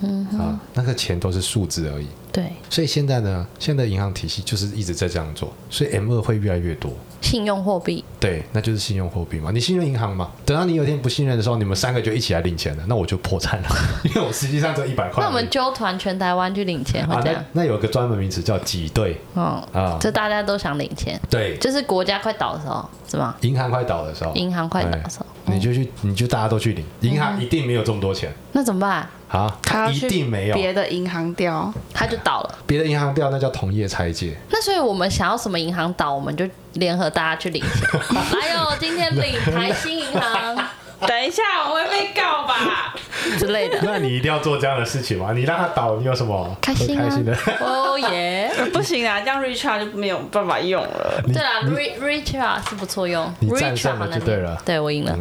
S2: 嗯啊，那个钱都是数字而已。
S1: 对，
S2: 所以现在呢，现在的银行体系就是一直在这样做，所以 M 二会越来越多。
S1: 信用货币，
S2: 对，那就是信用货币嘛。你信任银行嘛？等到你有一天不信任的时候，你们三个就一起来领钱了，那我就破产了， <laughs> 因为我实际上只有一百块而已。
S1: 那我们揪团全台湾去领钱会
S2: 啊，
S1: 这样
S2: 那？那有一个专门名词叫挤兑
S1: 哦
S2: 啊，
S1: 就大家都想领钱，
S2: 对，
S1: 就是国家快倒的时候，是吗？
S2: 银行快倒的时候，
S1: 银行快倒的时候，
S2: 哎你就去，你就大家都去领，银行一定没有这么多钱
S1: 那怎么办？
S2: 啊，它
S3: 要
S2: 一
S3: 去
S2: 定没有。
S3: 别的银行调，
S1: 它就倒了。
S2: 别的银行掉，那叫同业拆借。
S1: <laughs> 那所以我们想要什么银行倒，我们就联合大家去领 <laughs> 钱。来哦，今天领台新银行
S3: 等一下我会被告 <laughs> 吧？
S1: 之类的，
S2: 那你一定要做这样的事情吗？你让它倒，你有什么
S1: 开心
S2: 开
S1: 啊 <laughs>
S2: 心的？！ <laughs>
S1: 哦耶！
S3: 不行啊，这样 Richard 就没有办法用了。
S1: 对啦 r i c h a r d 是不错用
S2: 你
S1: ，Richard
S2: 战胜了
S1: 好难
S2: 就对了
S1: 念。对我赢了，嗯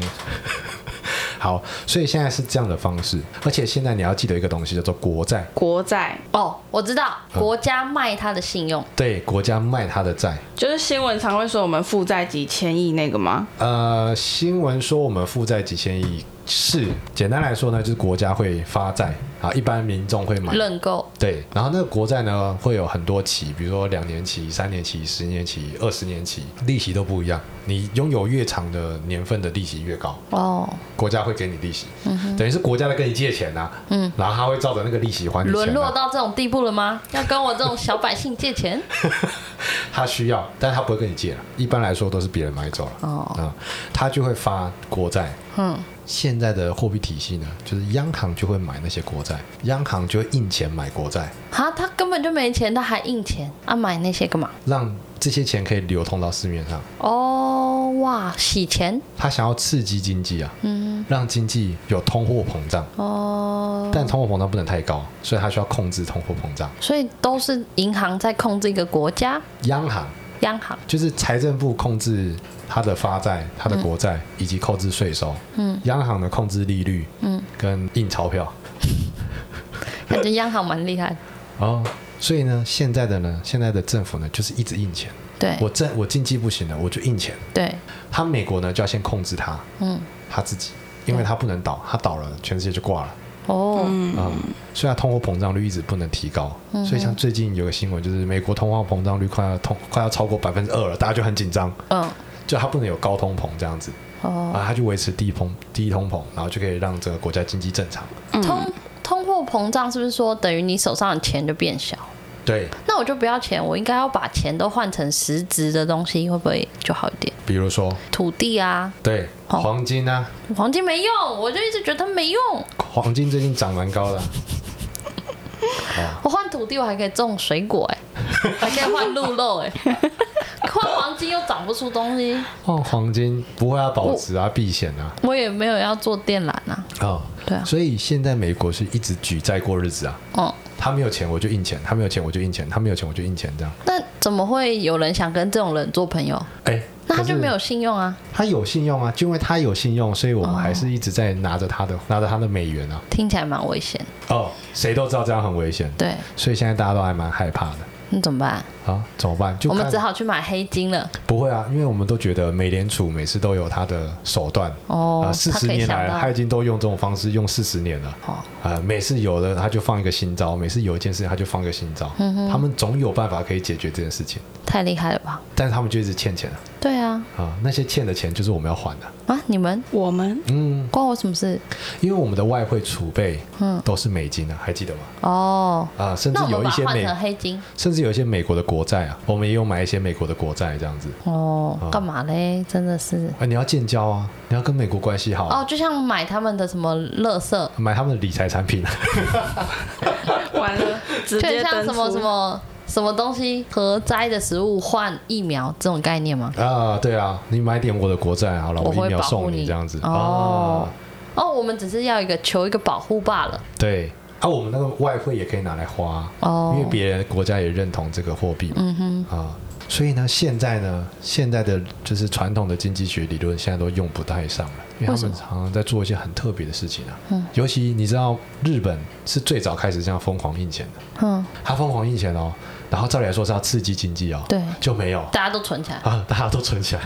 S2: 好，所以现在是这样的方式，而且现在你要记得一个东西叫做国债，
S3: 国债
S1: 哦，我知道，国家卖他的信用，
S2: 对，国家卖他的债。
S3: 就是新闻常会说我们负债几千亿那个吗？
S2: 呃，新闻说我们负债几千亿，是简单来说呢，就是国家会发债啊，一般民众会买。
S1: 认购
S2: 对，然后那个国债呢，会有很多期，比如说两年期、三年期、十年期、二十年期，利息都不一样。你拥有越长的年份的利息越高，
S1: 哦，
S2: 国家会给你利息，
S1: 嗯
S2: 等于是国家在跟你借钱呐、嗯，然后他会照着那个利息还你钱、啊。
S1: 沦落到这种地步了吗？要跟我这种小百姓借钱？
S2: <laughs> 他需要，但他不会跟你借了。一般来说都是别人买走了，
S1: 哦
S2: 啊、他就会发国债。
S1: 嗯，
S2: 现在的货币体系呢，就是央行就会买那些国债，央行就会印钱买国债，
S1: 啊，他根本就没钱，他还印钱啊，买那些干嘛？
S2: 让这些钱可以流通到市面上。
S1: 哦，哇，洗钱
S2: 他想要刺激经济啊，嗯，让经济有通货膨胀，
S1: 哦，
S2: 但通货膨胀不能太高，所以他需要控制通货膨胀。
S1: 所以都是银行在控制一个国家，
S2: 央行
S1: 央行
S2: 就是财政部控制它的发债、它的国债、以及控制税收，嗯，央行的控制利率，嗯，跟印钞票。
S1: 感觉央行蛮厉害的，
S2: 哦，所以呢，现在的呢，现在的政府呢，就是一直印钱。
S1: 对
S2: 我政我经济不行了，我就印钱。
S1: 对，
S2: 他美国呢，就要先控制他，
S1: 嗯，
S2: 他自己，因为他不能倒，他倒了，全世界就挂了。
S1: 哦，
S2: 啊、所以它通货膨胀率一直不能提高，
S1: 嗯
S2: 所以像最近有个新闻，就是美国通货膨胀率快要通快要超过百分之二了，大家就很紧张，
S1: 嗯，
S2: 就它不能有高通膨这样子，
S1: 哦，
S2: 啊，它就维持低通低通膨，然后就可以让整个国家经济正常。
S1: 通通货膨胀是不是说等于你手上的钱就变小？
S2: 对，
S1: 那我就不要钱，我应该要把钱都换成实质的东西，会不会就好一点？
S2: 比如说
S1: 土地啊，
S2: 对
S1: 哦
S2: 黄金啊，
S1: 黄金没用，我就一直觉得它没用。
S2: 黄金最近涨蛮高的啊，
S1: <laughs> 我换土地，我还可以种水果哎、还可以换鹿肉哎、换黄金又长不出东西，
S2: 换黄金不会啊，保值
S1: 哦
S2: 啊，避险啊，
S1: 我也没有要做电缆啊。
S2: 哦，
S1: 对啊
S2: 所以现在美国是一直举债过日子啊，
S1: 嗯，
S2: 他没有钱我就印钱，他没有钱我就印钱，他没有钱我就印钱这样。
S1: 那怎么会有人想跟这种人做朋友？
S2: 哎，
S1: 那他
S2: 可是
S1: 就没有信用啊！
S2: 他有信用啊，就因为他有信用，所以我们还是一直在拿着他
S1: 哦
S2: 的、拿着他的美元啊。
S1: 听起来蛮危险。
S2: 哦，谁都知道这样很危险，
S1: 对，
S2: 所以现在大家都还蛮害怕的
S1: 那怎么办？
S2: 啊，怎么办？就
S1: 我们
S2: 看
S1: 只好去买黑金了。
S2: 不会啊，因为我们都觉得美联储每次都有他的手段
S1: 哦
S2: 啊，四、
S1: 他
S2: 十
S1: 可以
S2: 年
S1: 想
S2: 来
S1: 到
S2: 他已经都用这种方式用四十年了。
S1: 哦，
S2: 啊，每次有的他就放一个新招，每次有一件事情他就放一个新招，
S1: 嗯
S2: 他们总有办法可以解决这件事情，
S1: 太厉害了吧？
S2: 但是他们就一直欠钱啊
S1: 对啊，
S2: 啊，那些欠的钱就是我们要还的，
S1: 啊，你们
S3: 我们
S2: 嗯，
S1: 关我什么事？
S2: 因为我们的外汇储备
S1: 嗯
S2: 都是美金啊，还记得吗？
S1: 哦，
S2: 啊，甚至
S1: 那我
S2: 有
S1: 们
S2: 一
S1: 把它
S2: 些
S1: 换
S2: 美
S1: 成，黑金。
S2: 甚至有一些美国的国债啊，我们也有买一些美国的国债这样子。
S1: 哦
S2: 啊，
S1: 干嘛嘞？真的是。
S2: 啊，你要建交啊，你要跟美国关系好、啊，
S1: 哦，就像买他们的什么乐色，
S2: 买他们的理财产品啊。 <laughs>
S3: 完了，直
S1: 就很
S3: 接
S1: 像
S3: 登
S1: 什么
S3: 出
S1: 什么什么东西合摘的食物换疫苗这种概念吗？
S2: 啊，对啊，你买点我的国债啊好了，
S1: 我
S2: 我
S1: 会
S2: 疫苗
S1: 保护
S2: 送
S1: 你
S2: 这样子。
S1: 哦
S2: 啊，
S1: 哦，我们只是要一个求一个保护罢了。
S2: 对啊，我们那个外汇也可以拿来花啊、
S1: 哦
S2: 因为别人国家也认同这个货币嘛。嗯哼啊。所以呢，现在呢，现在的就是传统的经济学理论，现在都用不太上了，因为他
S1: 为什
S2: 们
S1: 么
S2: 常常在做一些很特别的事情啊。嗯，尤其你知道，日本是最早开始这样疯狂印钱的，
S1: 嗯，
S2: 他疯狂印钱哦，然后照理来说是要刺激经济哦，
S1: 对
S2: 就没有
S1: 大家都存起来
S2: 啊，大家都存起来，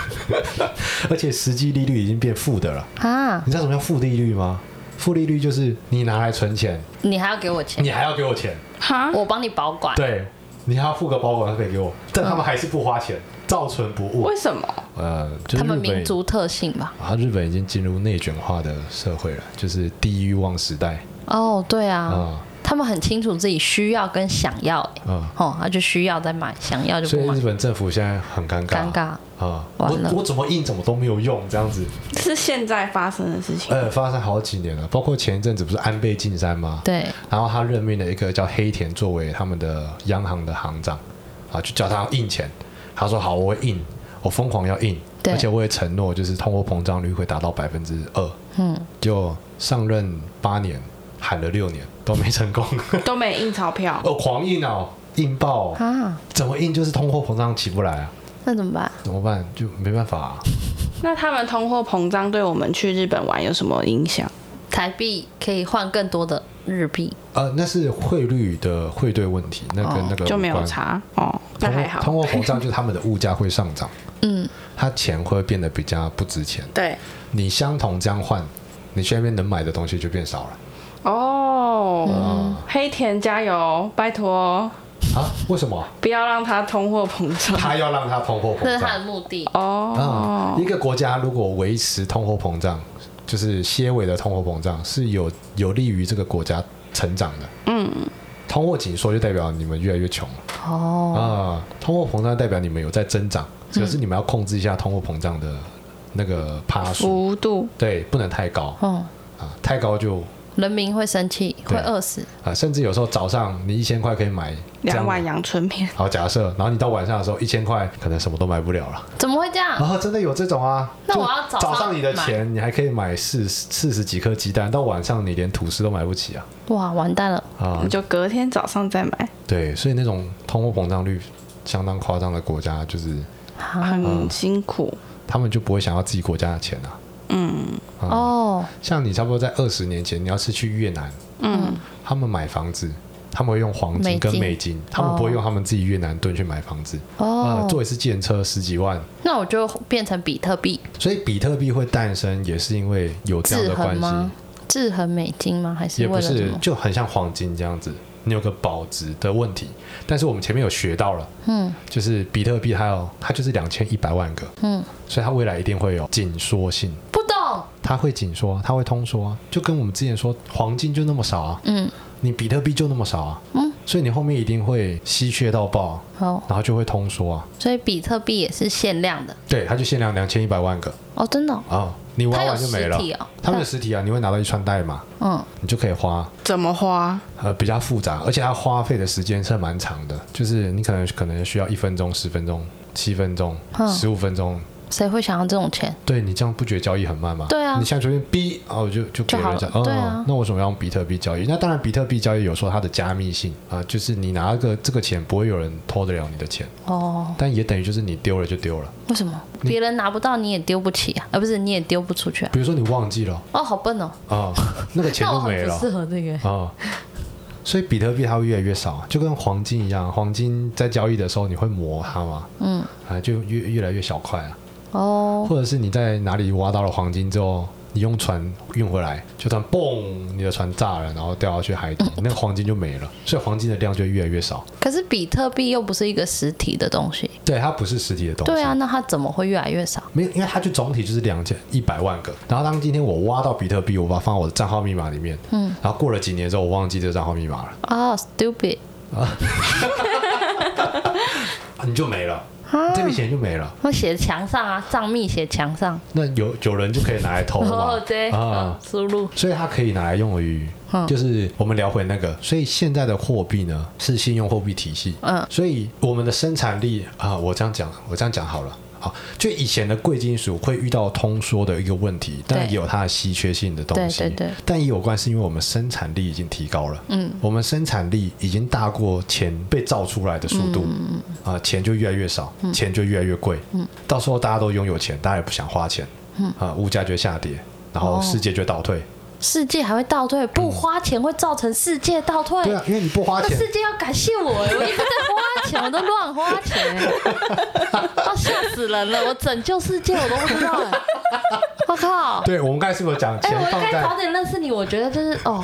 S2: <laughs> 而且实际利率已经变负的了。
S1: 啊！
S2: 你知道什么叫负利率吗？负利率就是你拿来存钱，
S1: 你还要给我钱，
S2: 你还要给我钱，
S3: 哈，
S1: 我帮你保管。
S2: 对，你还要付个保管费给我，但他们还是不花钱，照存不误
S3: 为。什么？
S2: 呃，就
S1: 他
S2: 是日
S1: 们
S2: 本
S1: 民族特性吧？
S2: 啊，日本已经进入内卷化的社会了，就是低欲望时代
S1: 哦，对啊，
S2: 啊
S1: 他们很清楚自己需要跟想要、欸，
S2: 啊，
S1: 哦，他就需要再买，想要就
S2: 所以
S1: 不买
S2: 日，本政府现在很尴尬，
S1: 尴尬。
S2: 啊，
S1: 完
S2: 我
S1: 了
S2: 我怎么印怎么都没有用，这样子，
S3: 是现在发生的事情。
S2: 呃，发生好几年了，包括前一阵子不是安倍晋三吗？
S1: 对，
S2: 然后他任命了一个叫黑田作为他们的央行的行长，啊，就叫他印钱。他说好，我会印，我疯狂要印，
S1: 对
S2: 而且我也承诺，就是通货膨胀率会达到百分之二。
S1: 嗯，
S2: 就上任八年，喊了六年都没成功， <laughs>
S3: 都没印钞票，
S2: 哦，狂印哦，印爆、哦，
S1: 啊，
S2: 怎么印就是通货膨胀起不来啊，
S1: 那怎么办？
S2: 怎么办？就没办法、啊。
S3: 那他们通货膨胀对我们去日本玩有什么影响？
S1: 台币可以换更多的日币，
S2: 呃，那是汇率的汇兑问题，那跟那个、
S3: 就没有。差哦，那
S2: 通
S3: 还
S2: 货
S3: 好
S2: 通。货膨胀就是他们的物价会上涨， <laughs>
S1: 嗯，
S2: 它钱会变得比较不值钱。
S3: 对，
S2: 你相同这样换，你去那边能买的东西就变少了
S3: 哦，黑田加油，拜托，
S2: 啊？为什么？
S3: 不要让它通货膨胀。
S2: 他要让它通货
S1: 这
S2: 膨
S1: 是他的
S2: 胀
S1: 目的。
S2: 啊！
S3: 哦，
S2: 一个国家如果维持通货膨胀，就是些微的通货膨胀，是有有利于这个国家成长的。嗯，通货紧缩就代表你们越来越穷了
S1: 哦，
S2: 啊，通货膨胀代表你们有在增长，
S3: 嗯
S2: 可是你们要控制一下通货膨胀的那个趴数，
S3: 幅度
S2: 对，不能太高
S1: 哦，
S2: 啊，太高就
S1: 人民会生气，会
S2: 对
S1: 饿死。
S2: 啊，甚至有时候早上你一千块可以买这样
S3: 两碗阳春面，
S2: 好，假设，然后你到晚上的时候，一千块可能什么都买不了了。
S1: 怎么会这
S2: 然 <laughs>
S1: 样？
S2: 后哦真的有这种啊？
S1: 那
S2: 就
S1: 我要早上
S2: 早上你的
S1: 买
S2: 钱，你还可以买四四十几颗鸡蛋，到晚上你连吐司都买不起啊！
S1: 哇，完蛋了！
S2: 啊
S3: 你，就隔天早上再买，
S2: 对，所以那种通货膨胀率相当夸张的国家，就是
S1: 啊
S3: 很辛苦。
S2: 他们就不会想要自己国家的钱啊。
S1: 哦，
S2: 像你差不多在二十年前，你要是去越南，
S3: 嗯，
S2: 他们买房子，他们会用黄金
S1: 美
S2: 跟
S1: 金
S2: 美金，他们不会用他们自己越南盾去买房子。啊，
S1: 哦，
S2: 坐一次电车十几万，
S1: 那我就变成比特币
S2: 所以比特币会诞生，也是因为有这样
S1: 制
S2: 的关
S1: 衡
S2: 系。
S1: 吗？制衡美金吗？还是
S2: 也
S1: 为
S2: 不
S1: 了什
S2: 是
S1: 么，？
S2: 就很像黄金这样子，你有个保值的问题。但是我们前面有学到了，
S1: 嗯，
S2: 就是比特币它有它就是两千一百万个，
S1: 嗯，
S2: 所以它未来一定会有紧缩性，
S1: 不懂。
S2: 它会紧缩，它会通缩啊，就跟我们之前说黄金就那么少啊，
S1: 嗯，
S2: 你比特币就那么少啊，
S1: 嗯，
S2: 所以你后面一定会稀缺到爆，
S1: 好，
S2: 然后就会通缩啊，
S1: 所以比特币也是限量的
S2: 对，它就限量两千一百万个，
S1: 哦，真的哦、
S2: 哦，你玩完就没了
S1: 它有实体哦。
S2: 他们有实体啊，你会拿到一串代码，
S1: 嗯，
S2: 你就可以花
S3: 怎么花？
S2: 呃比较复杂，而且它花费的时间是蛮长的，就是你可能可能需要一分钟、十分钟、七分钟、
S1: 嗯
S2: 十五分钟。
S1: 谁会想要这种钱？
S2: 对你这样不觉得交易很慢吗？
S1: 对啊
S2: 你像随便 B 哦，就就给
S1: 就好
S2: 人家
S1: 了
S2: 哦，
S1: 对啊
S2: 那为什么要用比特币交易？那当然，比特币交易有说它的加密性啊、就是你拿个这个钱不会有人偷得了你的钱，
S1: 哦，
S2: 但也等于就是你丢了就丢了。
S1: 为什么别人拿不到你也丢不起啊？啊，不是你也丢不出去啊？
S2: 比如说你忘记了
S1: 哦，好笨哦，
S2: 啊、那个
S1: <laughs>
S2: 钱
S1: 那
S2: 就
S1: 我很
S2: 没了
S1: 不。适合这个。
S2: 啊、所以比特币它会越来越少，就跟黄金一样，黄金在交易的时候你会磨它嘛，
S1: 嗯，
S2: 啊，就越越来越小块啊，
S1: 哦，
S2: 或者是你在哪里挖到了黄金之后，你用船运回来，就突然嘣，你的船炸了，然后掉下去海底，
S1: 嗯
S2: 那个黄金就没了，所以黄金的量就越来越少。
S1: 可是比特币又不是一个实体的东西。
S2: 对，它不是实体的东西。
S1: 对啊，那它怎么会越来越少？
S2: 没有，因为它就总体就是两千一百万个。然后当今天我挖到比特币，我把它放到我的账号密码里面，嗯，然后过了几年之后，我忘记这个账号密码了，
S1: 啊，stupid，
S2: 啊你就没了，
S1: 啊
S2: 这笔钱就没了。
S1: 我写墙上啊，账密写墙上。
S2: 那有有人就可以拿来投了嘛？
S1: 哦，对，嗯
S2: 啊，
S1: 输入
S2: 所以它可以拿来用于
S1: 嗯，
S2: 就是我们聊回那个，所以现在的货币呢是信用货币体系，
S1: 嗯，
S2: 所以我们的生产力啊，我这样讲，我这样讲好了。好，就以前的贵金属会遇到通缩的一个问题，但也有它的稀缺性的东西，
S1: 对对对
S2: 但也有关是因为我们生产力已经提高了，嗯，我们生产力已经大过钱被造出来的速度，
S1: 嗯
S2: 啊、钱就越来越少，钱就越来越贵，嗯，到时候大家都拥有钱，大家也不想花钱，嗯，啊、物价就会下跌，然
S1: 哦
S2: 后世界就会倒退，
S1: 世界还会倒退，不花钱会造成世界倒退。<laughs>
S2: 嗯对啊，因为你不花
S1: 那
S2: 钱，
S1: 世界要感谢我，我一直在花钱，我都乱花
S2: <laughs>
S1: 钱，啊，吓死人了！我拯救世界，我都不知道哎，我靠！
S2: 对我们刚才是不是有讲
S1: 哎，
S2: 钱
S1: 我应
S2: 放
S1: 该
S2: 在
S1: 早点认识你，我觉得就是哦，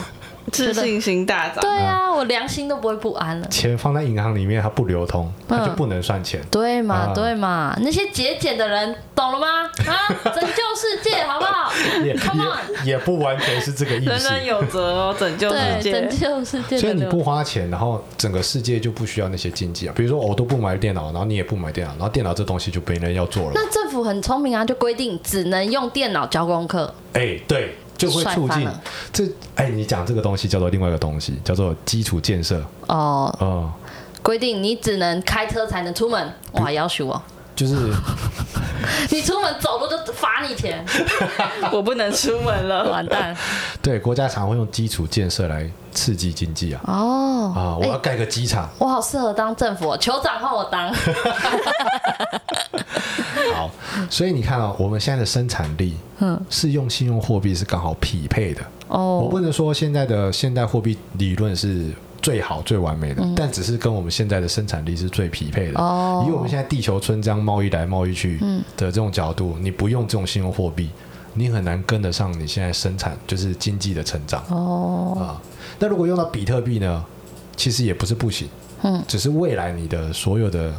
S3: 自信心大涨。
S1: 对啊，我良心都不会不安了。
S2: 钱放在银行里面，它不流通，它就
S1: 嗯
S2: 不能算钱。
S1: 对嘛，
S2: 啊
S1: 对嘛，那些节俭的人懂了吗？
S2: <laughs>
S1: 啊，拯救世界好不好
S2: 也
S1: <laughs> ？Come
S2: 也
S1: on，
S2: 也不完全是这个
S1: <laughs>
S2: 意
S3: 人
S2: 思。
S3: 人有责哦，拯救世
S1: 对，
S3: 界
S1: 拯。救世界
S2: 所以
S1: 的
S2: 你
S1: 流
S2: 不花钱，然后整个世界就不需要那些经济啊。比如说，我都不买电脑，然后你也不买电脑，然后电脑这东西就没人要做了。
S1: 那政府很聪明啊，就规定只能用电脑交功课。
S2: 哎，对，就会
S1: 帅
S2: 促
S1: 翻
S2: 进
S1: 嗯了
S2: 这。哎，你讲这个东西叫做另外一个东西，叫做基础建设
S1: 哦，
S2: 啊、
S1: 规定你只能开车才能出门，哇，要求哦，
S2: 就是 <laughs>
S1: 你出门走路就罚你钱，
S3: 我不能出门了。
S1: 完蛋。
S2: 对国家常会用基础建设来刺激经济啊
S1: <laughs> 哦，
S2: 啊！我要盖个机场，
S1: 我好适合当政府、哦，酋长换我 <laughs> 当。
S2: 好，所以你看啊、我们现在的生产力，嗯，是用信用货币是刚好匹配的。我
S1: 哦，
S2: 不能说现在的现代货币理论是最好最完美的，但只是跟我们现在的生产力是最匹配的。
S1: 嗯哦嗯
S2: 以我们现在地球村这样贸易来贸易去的这种角度，你不用这种信用货币，你很难跟得上你现在生产就是经济的成长啊、
S1: 哦，
S2: 那如果用到比特币呢，其实也不是不行，
S1: 嗯，
S2: 只是未来你的所有的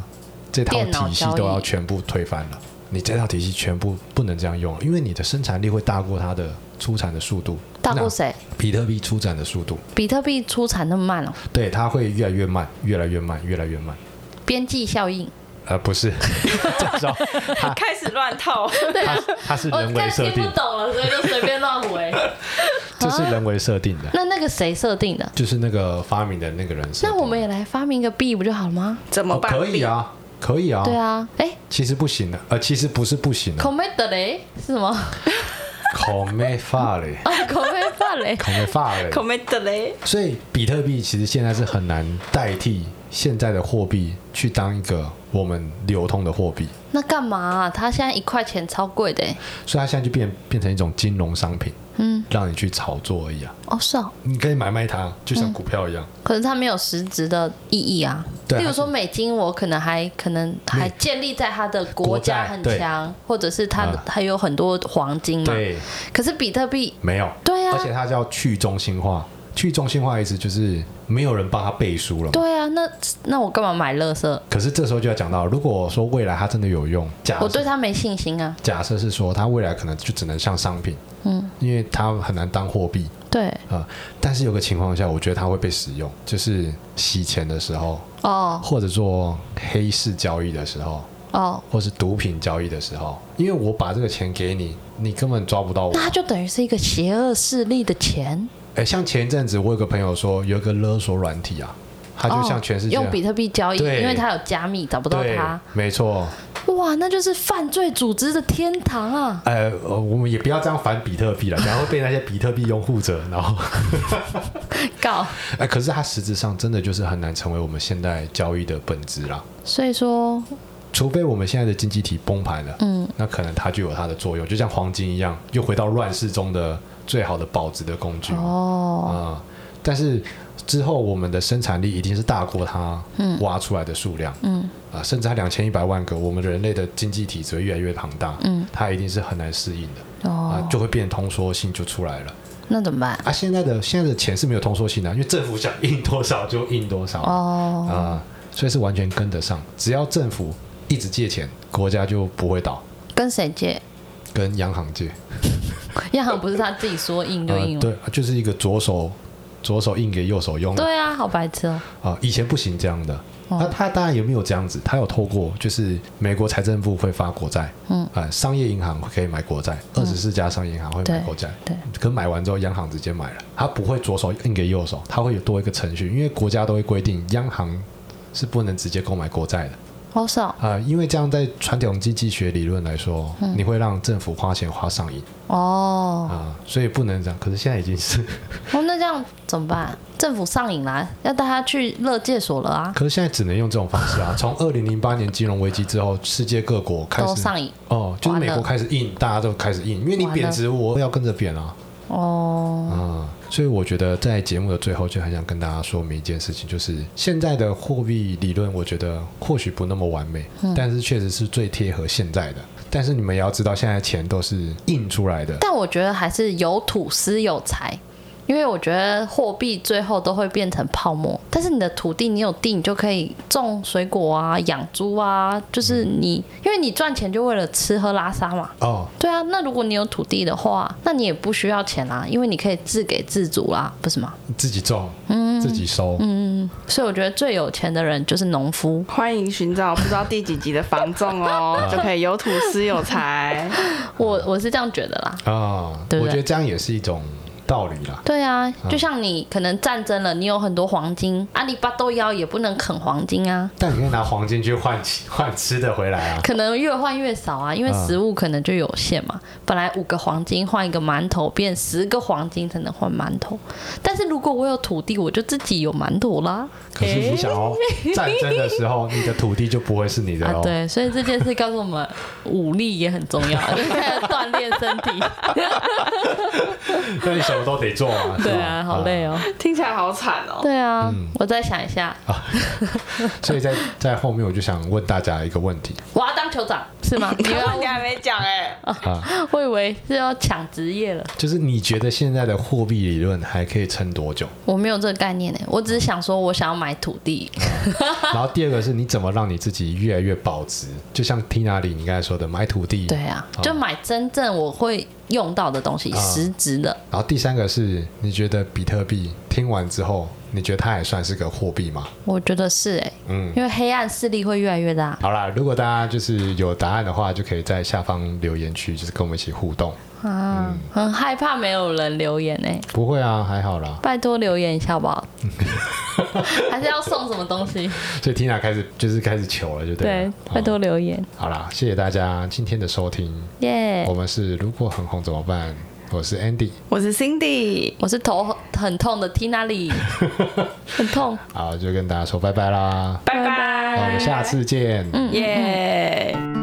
S2: 这套
S1: 电脑
S2: 体系
S1: 交易
S2: 都要全部推翻了。你这套体系全部不能这样用，因为你的生产力会大过它的出产的速度，
S1: 大过
S2: 那
S1: 谁？
S2: 比特币出展的速度，
S1: 比特币出产那么慢哦，
S2: 对，它会越来越慢，越来越慢，越来越慢。
S1: 边际效应。
S2: 呃，
S1: <laughs>
S2: 不是，这时候
S3: 开始乱
S2: <laughs>
S3: 套，
S1: 对啊，
S2: 它是
S1: 我
S2: 人为
S1: 看
S2: 设
S1: 听
S2: 定
S1: 不，懂啊了，所以就随便乱回。
S2: 这是人为设定的，
S1: <laughs> 那那个谁设定的？
S2: 就是那个发明的那个人设定
S1: 那
S2: 的。
S1: 我们也来发明一个币不就好了吗？
S3: 怎么
S2: 哦
S3: 办？
S2: 可以啊，可以啊。
S1: 对啊，哎
S2: 其实不行的，呃，其实不是不行的
S1: c o，m m e t 嘞是什么？哦
S2: 口没发嘞，
S1: 啊 c o m m e t <laughs> 嘞，
S2: 口没发嘞。
S3: ，commit 嘞，
S2: 所以比特币其实现在是很难代替现在的货币去当一个我们流通的货币，
S1: 那干嘛啊？它现在一块钱超贵的欸。
S2: 所以它现在就变变成一种金融商品，嗯，让你去炒作而已啊。
S1: 哦，是哦，
S2: 你可以买卖它，就像股票一样。
S1: 可是它没有实质的意义啊。
S2: 对
S1: 例如说
S2: 它
S1: 美金，我可能还可能还建立在它的国家
S2: 国债
S1: 很
S2: 对
S1: 强，或者是它
S2: 啊
S1: 还有很多黄金嘛。
S2: 对，
S1: 可是比特币，
S2: 没有。
S1: 嗯对啊
S2: 而且它叫去中心化。去中心化意思就是没有人帮他背书了嘛。
S1: 对啊，那那我干嘛买乐色？
S2: 可是这时候就要讲到，如果说未来它真的有用，假
S1: 我
S2: 设
S1: 对它没信心啊。
S2: 假设是说它未来可能就只能像商品，嗯，因为它很难当货币
S1: 对，
S2: 啊。但是有个情况下，我觉得它会被使用，就是洗钱的时候，
S1: 哦，
S2: 或者做黑市交易的时候，
S1: 哦，
S2: 或是毒品交易的时候，因为我把这个钱给你，你根本抓不到我
S1: 那。它就等于是一个邪恶势力的钱，
S2: 哎，像前一阵子我有个朋友说，有一个勒索软体啊，它就像全世界啊
S1: 哦、用比特币交易，
S2: 对
S1: 因为它有加密，找不到
S2: 对
S1: 它。，
S2: 没错。
S1: 哇，那就是犯罪组织的天堂 <laughs> 啊！
S2: 呃，呃我们也不要这样反比特币了，然后被那些比特币拥护者，然后 <laughs>
S1: 告，
S2: 哎，可是它实质上真的就是很难成为我们现代交易的本质啦。
S1: 所以说，
S2: 除非我们现在的经济体崩盘了，嗯，那可能它就有它的作用，就像黄金一样，又回到乱世中的最好的保值的工具啊、
S1: 哦，
S2: 但是之后我们的生产力一定是大过它挖出来的数量，嗯啊，甚至它两千一百万个，我们人类的经济体只会越来越庞大，嗯，它一定是很难适应的，
S1: 哦
S2: 啊，就会变通缩性就出来了。
S1: 那怎么办？
S2: 啊，现在的现在的钱是没有通缩性的，因为政府想印多少就印多少，
S1: 哦，
S2: 啊、所以是完全跟得上。只要政府一直借钱，国家就不会倒。
S1: 跟谁借？
S2: 跟央行借，
S1: 央行不是他自己说印就
S2: 呃
S1: 印吗？
S2: 对，就是一个左手左手印给右手用啊、
S1: 对哦啊，好白痴哦。
S2: 以前不行这样的。那、他当然也没有这样子，他有透过就是美国财政部会发国债，嗯，啊、商业银行可以买国债，二十四家商业银行会买
S1: 对
S2: 国债，
S1: 嗯对，
S2: 可买完之后央行直接买了，他不会左手印给右手，他会有多一个程序，因为国家都会规定央行是不能直接购买国债的，
S1: 好少
S2: 啊、因为这样在传统经济学理论来说，
S1: 嗯
S2: 你会让政府花钱花上瘾
S1: 哦
S2: 啊、，所以不能这样。可是现在已经是，
S1: 哦，那这样怎么办？政府上瘾啦，要带他去乐界所了啊，
S2: <laughs> 可是现在只能用这种方式
S1: <laughs>
S2: 啊。从二零零八年金融危机之后，世界各国开
S1: 都
S2: 始
S1: 上瘾
S2: 哦，就是
S1: 完
S2: 美
S1: 了
S2: 国开始印，大家都开始印，因为你
S1: 完了
S2: 贬值，我要跟着贬啊
S1: 哦。
S2: 啊、所以我觉得在节目的最后，就很想跟大家说明一件事情，就是现在的货币理论，我觉得或许不那么完美，
S1: 嗯
S2: 但是确实是最贴合现在的。但是你们也要知道，现在钱都是印出来的，
S1: 但我觉得还是有土司有财，因为我觉得货币最后都会变成泡沫。但是你的土地，你有地，你就可以种水果啊、养猪啊，就是
S2: 嗯
S1: 你，因为你赚钱就为了吃喝拉撒嘛。
S2: 哦，
S1: 对啊，那如果你有土地的话，那你也不需要钱啦，因为你可以自给自足啦，不是吗？
S2: 自己种，
S1: 嗯
S2: 自己收，
S1: 所以我觉得最有钱的人就是农夫。
S3: 欢迎寻找不知道第几集的房
S2: <laughs>
S3: 仲哦，就可以有土司有财。
S1: 我我是这样觉得啦。
S2: 啊，
S1: 对不
S2: 我
S1: 对
S2: 觉得这样也是一种道理啦。
S1: 对啊，
S2: 嗯
S1: 就像你可能战争了，你有很多黄金，阿里巴豆妖也不能啃黄金啊，
S2: 但你可以拿黄金去换换吃的回
S1: <laughs>
S2: 来啊。
S1: 可能越换越少啊，因为食物可能就有限嘛。本来五个黄金换一个馒头，变十个黄金才能换馒头。但是如果我有土地，我就自己有馒头啦。
S2: 可是你想哦，战争的时候，你的土地就不会是你的
S1: 啊
S2: 哦，。
S1: 对，所以这件事告诉我 <laughs> 们，武力也很重 <laughs> 要，就是开始锻炼身体。
S2: 那你什么都得做啊。是
S1: <laughs> 对
S2: 吧
S1: <laughs> 啊，好。累哦。
S3: 听起来好惨哦。
S1: 对啊，我再想一下，
S2: 所以在在后面，我就想问大家一个问题
S1: 我要当酋长是 <laughs> 吗？你要
S3: 你还没讲哎、
S2: 啊，
S1: 我以为是要抢职业了，
S2: 就是你觉得现在的货币理论还可以撑多
S1: <laughs>
S2: 久？
S1: 我没有这个概念呢。我只是想说，我想要买土地。
S2: 然后第二个是你怎么让你自己越来越保值？就像 Tina 里你刚才说的，买土地。
S1: 对。啊，就买真正我会用到的东西，实质的。
S2: 然后第三个是，你觉得比特币听完之后，你觉得它也算是个货币吗？
S1: 我觉得是哎、
S2: 嗯
S1: 因为黑暗势力会越来越大。
S2: 好啦，如果大家就是有答案的话，就可以在下方留言区，就是跟我们一起互动。
S1: 啊，很害怕没有人留言哎、
S2: 不会啊，还好啦。
S1: 拜托留言一下好不 <laughs> 好？还是要送什么东西？
S2: 所以 Tina 开始就是开始求了，就对啊哦
S1: 对
S2: 了。，
S1: 拜
S2: 好
S1: 托留言，
S2: 好啦，谢谢大家今天的收听。
S1: 耶、
S2: 我们是如果很红怎么办？我是 Andy。
S3: 我是 Cindy，
S1: 我是头很痛的 Tina Lee，很痛。
S2: 好，就跟大家说拜拜啦。
S3: 拜
S1: 拜
S2: <laughs>
S3: 拜，
S2: 那我们下次见。嗯。
S3: 耶。
S1: 嗯哎啊哦
S2: 嗯呃